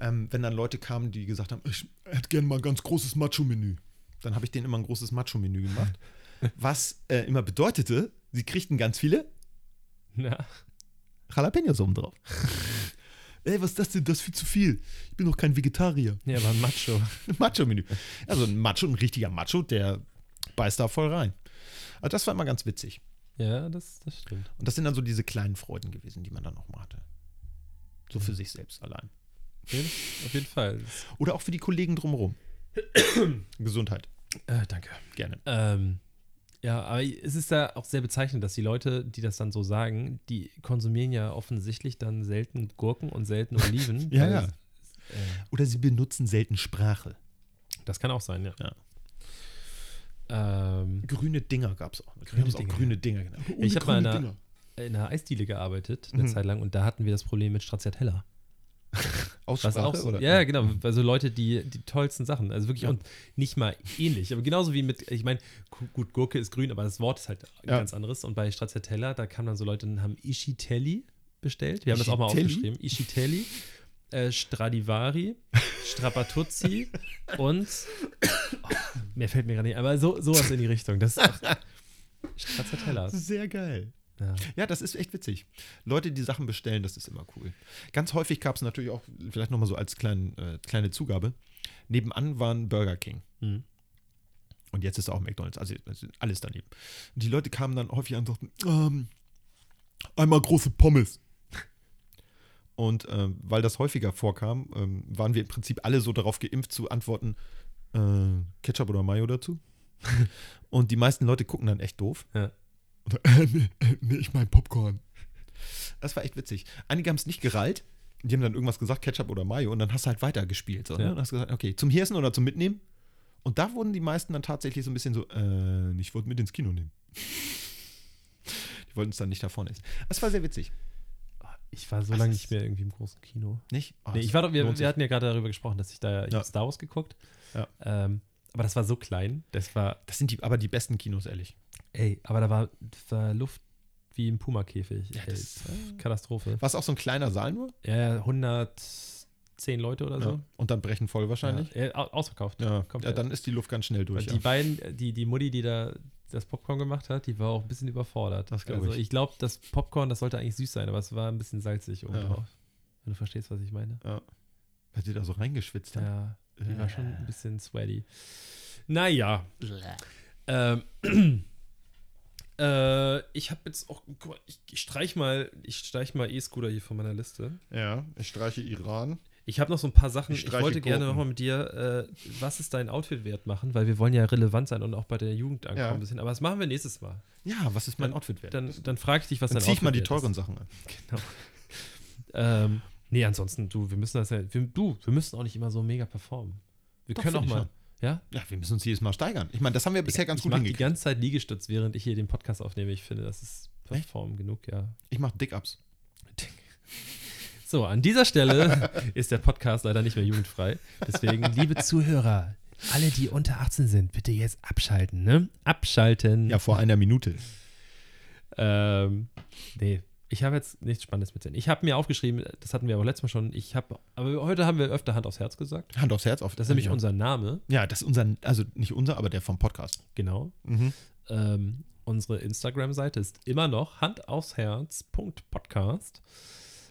Speaker 5: Ähm, wenn dann Leute kamen, die gesagt haben, ich hätte gerne mal ein ganz großes Macho-Menü. Dann habe ich denen immer ein großes Macho-Menü gemacht. Was äh, immer bedeutete, sie kriegten ganz viele
Speaker 4: Na,
Speaker 5: Jalapenos
Speaker 4: *laughs*
Speaker 5: oben drauf. Ey, was ist das denn? Das ist viel zu viel. Ich bin doch kein Vegetarier. *laughs*
Speaker 4: ja, aber ein Macho.
Speaker 5: Macho-Menü. Also ein Macho, ein richtiger Macho, der beißt da voll rein. Also das war immer ganz witzig.
Speaker 4: Ja, das, das stimmt.
Speaker 5: Und das sind dann so diese kleinen Freuden gewesen, die man dann auch mal hatte. So
Speaker 4: Mhm.
Speaker 5: für sich selbst allein.
Speaker 4: Auf jeden, auf jeden Fall. Das,
Speaker 5: Oder auch für die Kollegen
Speaker 4: *coughs*
Speaker 5: drumherum. Gesundheit.
Speaker 4: äh, danke.
Speaker 5: Gerne.
Speaker 4: Ähm, ja, aber es ist da auch sehr bezeichnend, dass die Leute, die das dann so sagen, die konsumieren ja offensichtlich dann selten Gurken und selten
Speaker 5: *laughs*
Speaker 4: Oliven.
Speaker 5: Ja,
Speaker 4: weil- äh,
Speaker 5: ja. Oder sie benutzen selten Sprache.
Speaker 4: Das kann auch sein, ja. Ähm,
Speaker 5: Grüne Dinger gab es auch. Wir
Speaker 4: Grüne
Speaker 5: haben es auch
Speaker 4: Dinger.
Speaker 5: Grüne Dinger. Genau.
Speaker 4: Ich hab mal
Speaker 5: Grüne
Speaker 4: eine-
Speaker 5: Dinger.
Speaker 4: in einer Eisdiele gearbeitet,
Speaker 5: Mhm.
Speaker 4: eine Zeit lang, und da hatten wir das Problem mit Stracciatella. Was
Speaker 5: Aussprache
Speaker 4: auch so,
Speaker 5: oder?
Speaker 4: Ja, genau. Also Leute, die die tollsten Sachen. Also wirklich
Speaker 5: Ja.
Speaker 4: und nicht mal ähnlich. Aber genauso wie mit, ich meine, gu- gut, Gurke ist grün, aber das Wort ist halt ein
Speaker 5: Ja.
Speaker 4: ganz anderes. Und bei Stracciatella, da kamen dann so Leute und haben Ischitelli bestellt. Wir haben das auch mal
Speaker 5: Ischitelli?
Speaker 4: aufgeschrieben. Ischitelli, äh, Stradivari,
Speaker 5: *laughs*
Speaker 4: Strapatuzzi und oh, mehr fällt mir gerade nicht. ein, Aber so, sowas in die Richtung. Das ist auch
Speaker 5: *laughs*
Speaker 4: Stracciatella.
Speaker 5: Sehr geil.
Speaker 4: Ja.
Speaker 5: Ja, das ist echt witzig. Leute, die Sachen bestellen, das ist immer cool. Ganz häufig gab es natürlich auch, vielleicht nochmal so als kleinen, äh, kleine Zugabe, nebenan waren Burger King.
Speaker 4: Mhm.
Speaker 5: Und jetzt ist auch McDonalds, also es ist alles daneben. Und die Leute kamen dann häufig an und sagten, ähm, einmal große Pommes. Und ähm, weil das häufiger vorkam, ähm, waren wir im Prinzip alle so darauf geimpft zu antworten, äh, Ketchup oder Mayo dazu. *laughs* und die meisten Leute gucken dann echt doof.
Speaker 4: Ja.
Speaker 5: Und, äh, *laughs* nee, äh, nee, ich mein Popcorn. Das war echt witzig. Einige haben es nicht gerallt. Die haben dann irgendwas gesagt, Ketchup oder Mayo, und dann hast du halt weitergespielt. So,
Speaker 4: Ja.
Speaker 5: ne? Und hast gesagt, okay, zum Hirsen oder zum Mitnehmen? Und da wurden die meisten dann tatsächlich so ein bisschen so, äh, ich wollte mit ins Kino nehmen. *laughs* die wollten es dann nicht davon essen. Das war sehr witzig,
Speaker 4: Ich war so
Speaker 5: Das
Speaker 4: lange
Speaker 5: ist-
Speaker 4: nicht mehr irgendwie im großen Kino.
Speaker 5: nicht? Oh,
Speaker 4: Nee,
Speaker 5: das
Speaker 4: ich war doch, wir,
Speaker 5: lohnt sich.
Speaker 4: wir hatten ja gerade darüber gesprochen, dass ich da ich
Speaker 5: Ja.
Speaker 4: hab Star Wars geguckt.
Speaker 5: Ja.
Speaker 4: Ähm, aber das war so klein. Das war,
Speaker 5: das sind die, aber die besten Kinos, ehrlich.
Speaker 4: ey, aber da war, war Luft wie im Puma-Käfig.
Speaker 5: Ja,
Speaker 4: ey,
Speaker 5: das-
Speaker 4: äh, Katastrophe.
Speaker 5: War es Äh, auch so ein kleiner Saal nur?
Speaker 4: Ja, ja, 110 Leute oder so.
Speaker 5: Ja. Und dann brechen voll wahrscheinlich.
Speaker 4: Also. Ja, au- ausverkauft.
Speaker 5: Ja, ja,
Speaker 4: komplett.
Speaker 5: dann ist die Luft ganz schnell durch.
Speaker 4: Und die beiden, äh, die, die Mutti, die da das Popcorn gemacht hat, die war auch ein bisschen überfordert.
Speaker 5: Das glaub
Speaker 4: also
Speaker 5: ich.
Speaker 4: ich glaube, das Popcorn, das sollte eigentlich süß sein, aber es war ein bisschen salzig oben
Speaker 5: Ja.
Speaker 4: drauf. Wenn du verstehst, was ich meine.
Speaker 5: Weil die da so reingeschwitzt Äh. haben.
Speaker 4: Ja, die war schon ein bisschen sweaty. Naja. Ähm, *clears throat* äh, ich habe jetzt auch, guck mal, ich, ich streich mal, ich streich mal E-Scooter hier von meiner Liste.
Speaker 5: Ja, ich streiche Iran.
Speaker 4: Ich habe noch so ein paar Sachen.
Speaker 5: Ich
Speaker 4: Ich,
Speaker 5: streiche
Speaker 4: wollte gerne
Speaker 5: Gurken.
Speaker 4: nochmal mit dir, äh, was ist dein Outfit wert machen, weil wir wollen ja relevant sein und auch bei der Jugend ankommen
Speaker 5: Ja.
Speaker 4: ein bisschen. Aber das machen wir nächstes Mal.
Speaker 5: Ja, was ist mein Outfit wert?
Speaker 4: Dann, dann frage ich dich, was
Speaker 5: Dann
Speaker 4: dein
Speaker 5: zieh ich mal die
Speaker 4: Outfit wert
Speaker 5: teuren Sachen an.
Speaker 4: ist. Ähm, nee, ansonsten du, wir müssen das ja, wir, du, wir müssen auch nicht immer so mega performen. Wir
Speaker 5: Doch,
Speaker 4: können auch
Speaker 5: finde ich
Speaker 4: mal, ja,
Speaker 5: Ja, wir müssen uns jedes Mal steigern. Ich meine, das haben wir bisher ganz
Speaker 4: ich
Speaker 5: gut
Speaker 4: mach die
Speaker 5: hingekriegt.
Speaker 4: ganze Zeit Liegestütz, während ich hier den Podcast aufnehme. Ich finde, das ist perform genug, ja.
Speaker 5: Ich mache Dick-Ups.
Speaker 4: So, an dieser
Speaker 5: *laughs*
Speaker 4: Stelle ist der Podcast leider nicht mehr jugendfrei. Deswegen, liebe Zuhörer, alle, die unter 18 sind, bitte jetzt abschalten, ne? Abschalten.
Speaker 5: Ja, vor einer Minute.
Speaker 4: Ähm, nee, ich habe jetzt nichts Spannendes mit drin. Ich habe mir aufgeschrieben, das hatten wir aber letztes Mal schon, ich habe, aber heute haben wir öfter Hand aufs Herz gesagt.
Speaker 5: Hand aufs Herz auf.
Speaker 4: Das ist nämlich
Speaker 5: ja.
Speaker 4: unser Name,
Speaker 5: Ja, das ist unser, also nicht unser, aber der vom Podcast.
Speaker 4: genau. Ähm, unsere Instagram-Seite ist immer noch handaufsherz.podcast.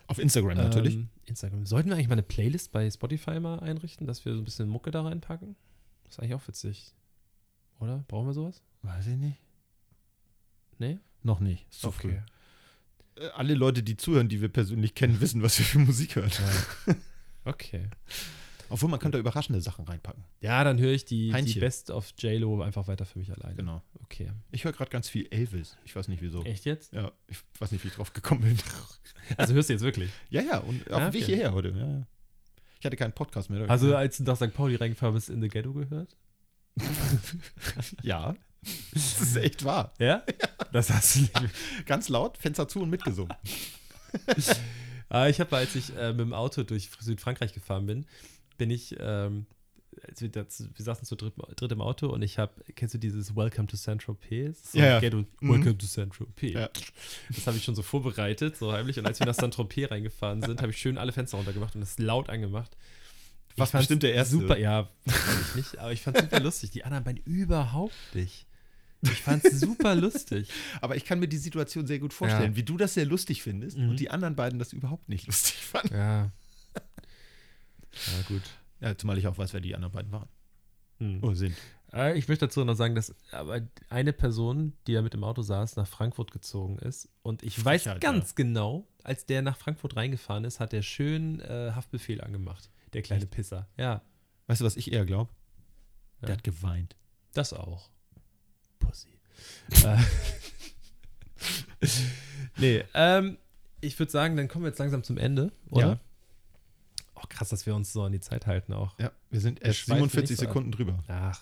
Speaker 5: Auf Instagram natürlich.
Speaker 4: Ähm, Instagram. Sollten wir eigentlich mal eine Playlist bei Spotify mal einrichten, dass wir so ein bisschen Mucke da reinpacken? Das ist eigentlich auch witzig. Oder? Brauchen wir sowas?
Speaker 5: Weiß ich nicht.
Speaker 4: Nee?
Speaker 5: Noch nicht. Ist zu früh. äh, alle Leute, die zuhören, die wir persönlich kennen, *laughs* wissen, was wir für Musik hören.
Speaker 4: Okay.
Speaker 5: Obwohl, man könnte überraschende Sachen reinpacken.
Speaker 4: Ja, dann höre ich die, die
Speaker 5: Heinchen.
Speaker 4: Best of J-Lo einfach weiter für mich alleine.
Speaker 5: Genau.
Speaker 4: Okay.
Speaker 5: Ich höre gerade ganz viel Elvis. Ich weiß nicht, wieso.
Speaker 4: Echt jetzt?
Speaker 5: Ja, ich weiß nicht, wie ich drauf
Speaker 4: *laughs*
Speaker 5: gekommen bin.
Speaker 4: Also hörst du jetzt wirklich?
Speaker 5: ja, ja, und auf
Speaker 4: Ah,
Speaker 5: dem
Speaker 4: okay.
Speaker 5: Weg hierher heute. Ja, ja. Ich hatte keinen Podcast mehr. *laughs*
Speaker 4: Also als du nach St. Pauli reingefahren bist, in The Ghetto gehört?
Speaker 5: ja. Das ist echt wahr.
Speaker 4: Ja? Das hast du nicht.
Speaker 5: Ganz laut, Fenster zu und mitgesungen.
Speaker 4: Ah, ich habe, als ich äh, mit dem Auto durch Südfrankreich gefahren bin, bin ich, ähm, als wir, das, wir saßen zu dritt, dritt im Auto und ich habe, kennst du dieses Welcome to Saint-Tropez? So
Speaker 5: Ja, ja.
Speaker 4: Ghetto,
Speaker 5: Mhm.
Speaker 4: Welcome to Saint-Tropez.
Speaker 5: Ja.
Speaker 4: Das habe ich schon so vorbereitet, so heimlich. Und als wir nach Saint-Tropez reingefahren sind, habe ich schön alle Fenster runtergemacht und es laut angemacht. Ich
Speaker 5: Was
Speaker 4: fand's
Speaker 5: bestimmt der erste.
Speaker 4: Super, ja, weiß ich nicht, aber ich fand es super lustig. Die anderen beiden überhaupt nicht. Ich fand es super lustig.
Speaker 5: Aber ich kann mir die Situation sehr gut vorstellen,
Speaker 4: Ja.
Speaker 5: wie du das sehr lustig findest
Speaker 4: Mhm.
Speaker 5: und die anderen beiden das überhaupt nicht lustig fanden.
Speaker 4: Ja. Ja, gut.
Speaker 5: Ja, zumal ich auch weiß, wer die anderen beiden waren.
Speaker 4: Hm.
Speaker 5: Oh, sind.
Speaker 4: Äh, Ich möchte dazu noch sagen, dass aber eine Person, die da mit dem Auto saß, nach Frankfurt gezogen ist. Und ich weiß
Speaker 5: Frechheit,
Speaker 4: ganz genau, als der nach Frankfurt reingefahren ist, hat der schön äh, Haftbefehl angemacht. Der kleine Pisser. Ja,
Speaker 5: Weißt du, was ich eher glaube?
Speaker 4: Ja.
Speaker 5: Der hat geweint.
Speaker 4: das auch. Pussy. Äh, *laughs* nee, ähm, ich würde sagen, dann kommen wir jetzt langsam zum Ende, oder?
Speaker 5: Ja.
Speaker 4: Oh, krass, dass wir uns so an die Zeit halten auch.
Speaker 5: Ja, wir sind
Speaker 4: erst
Speaker 5: erst 47
Speaker 4: nicht so ab.
Speaker 5: Sekunden drüber.
Speaker 4: Ach.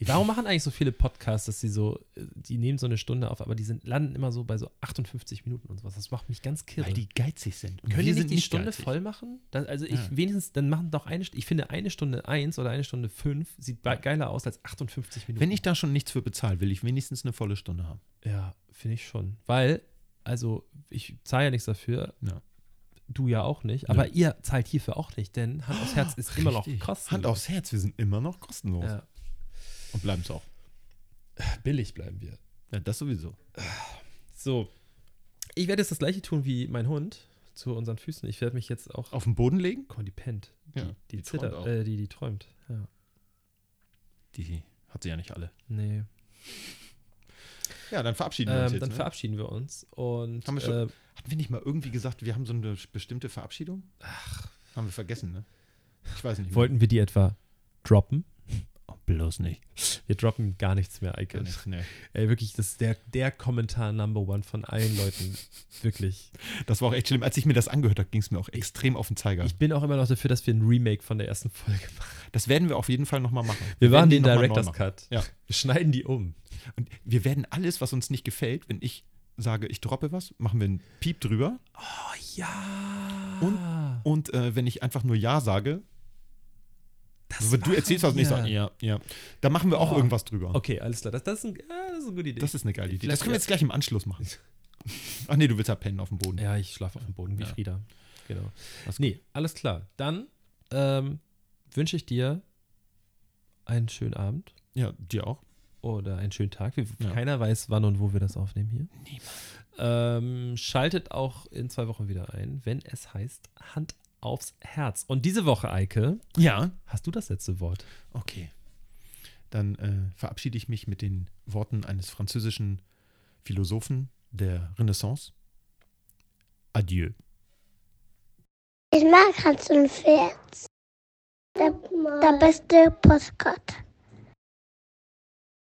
Speaker 4: Warum machen eigentlich so viele Podcasts, dass sie so, äh, die nehmen so eine Stunde auf, aber die sind, landen immer so bei so 58 Minuten und sowas. Das macht mich ganz kirre.
Speaker 5: geizig sind. Und
Speaker 4: Können
Speaker 5: wir
Speaker 4: die nicht
Speaker 5: sind
Speaker 4: die Stunde
Speaker 5: geizig.
Speaker 4: voll machen? Dann, also ich
Speaker 5: Ja.
Speaker 4: wenigstens, dann machen doch eine Stunde, ich finde eine Stunde eins oder eine Stunde fünf sieht be- geiler aus als 58 Minuten.
Speaker 5: Wenn ich da schon nichts für bezahle, will ich wenigstens eine volle Stunde haben.
Speaker 4: ja, finde ich schon. Weil, also ich zahle ja nichts dafür.
Speaker 5: Ja.
Speaker 4: Du ja auch nicht, aber ihr zahlt hierfür auch nicht, denn Hand aufs Herz ist immer noch
Speaker 5: Richtig.
Speaker 4: kostenlos.
Speaker 5: Hand aufs Herz, wir sind immer noch kostenlos.
Speaker 4: ja.
Speaker 5: Und bleiben es auch.
Speaker 4: Billig bleiben wir.
Speaker 5: Ja, das sowieso.
Speaker 4: So. Ich werde jetzt das gleiche tun wie mein Hund zu unseren Füßen. Ich werde mich jetzt auch
Speaker 5: Auf den Boden legen?
Speaker 4: Oh, die pennt. Die,
Speaker 5: Ja,
Speaker 4: die,
Speaker 5: die träumt
Speaker 4: zittert,
Speaker 5: auch.
Speaker 4: äh, die, die träumt. Ja.
Speaker 5: Die hat sie ja nicht alle.
Speaker 4: Nee.
Speaker 5: Ja, dann verabschieden wir uns
Speaker 4: Ähm,
Speaker 5: jetzt.
Speaker 4: dann
Speaker 5: ne?
Speaker 4: verabschieden wir uns. Und
Speaker 5: Haben wir schon-
Speaker 4: äh,
Speaker 5: Hatten wir nicht mal irgendwie gesagt, wir haben so eine bestimmte Verabschiedung? Ach. Haben wir vergessen, ne? Ich weiß nicht. mehr.
Speaker 4: wollten wir die etwa droppen?
Speaker 5: Oh, bloß nicht.
Speaker 4: Wir droppen gar nichts mehr, Eike.
Speaker 5: Gar nichts, ne.
Speaker 4: Ey, wirklich, das ist der, der Kommentar Number One von allen
Speaker 5: *laughs*
Speaker 4: Leuten. wirklich.
Speaker 5: Das war auch echt schlimm. Als ich mir das angehört habe, ging es mir auch extrem auf den Zeiger.
Speaker 4: Ich bin auch immer noch dafür, dass wir ein Remake von der ersten Folge machen.
Speaker 5: das werden wir auf jeden Fall nochmal machen.
Speaker 4: Wir
Speaker 5: werden
Speaker 4: machen
Speaker 5: die
Speaker 4: den
Speaker 5: noch mal neu
Speaker 4: Director's
Speaker 5: machen.
Speaker 4: Cut.
Speaker 5: Ja.
Speaker 4: Wir schneiden die um.
Speaker 5: Und wir werden alles, was uns nicht gefällt, wenn ich sage, ich droppe was, machen wir einen Piep drüber.
Speaker 4: Ja. Ah.
Speaker 5: Und äh, wenn ich einfach nur Ja sage, also, wenn du erzählst was und ich
Speaker 4: wir.
Speaker 5: sage, ja, ja, da machen wir auch
Speaker 4: Oh.
Speaker 5: irgendwas drüber.
Speaker 4: Okay, alles klar. Das, das, ist ein, ah, das ist eine gute Idee.
Speaker 5: Das ist eine geile Idee.
Speaker 4: Vielleicht-
Speaker 5: Das können wir jetzt gleich im
Speaker 4: *laughs*
Speaker 5: Anschluss machen. Ach nee, du willst ja pennen auf dem Boden.
Speaker 4: Ja, ich schlafe auf dem Boden wie
Speaker 5: Ja.
Speaker 4: Frieda. Genau.
Speaker 5: Alles
Speaker 4: nee, alles klar. Dann ähm, wünsche ich dir einen schönen Abend
Speaker 5: Ja, dir auch.
Speaker 4: oder einen schönen Tag. Wir,
Speaker 5: Ja.
Speaker 4: Keiner weiß, wann und wo wir das aufnehmen hier. Ähm, schaltet auch in zwei Wochen wieder ein, wenn es heißt Hand aufs Herz. Und diese Woche, Eike,
Speaker 5: Ja.
Speaker 4: hast du das letzte Wort.
Speaker 5: Okay. Dann äh, verabschiede ich mich mit den Worten eines französischen Philosophen der Renaissance. Adieu.
Speaker 6: Ich mag Hans und Pferd. Der, der beste Postkarte.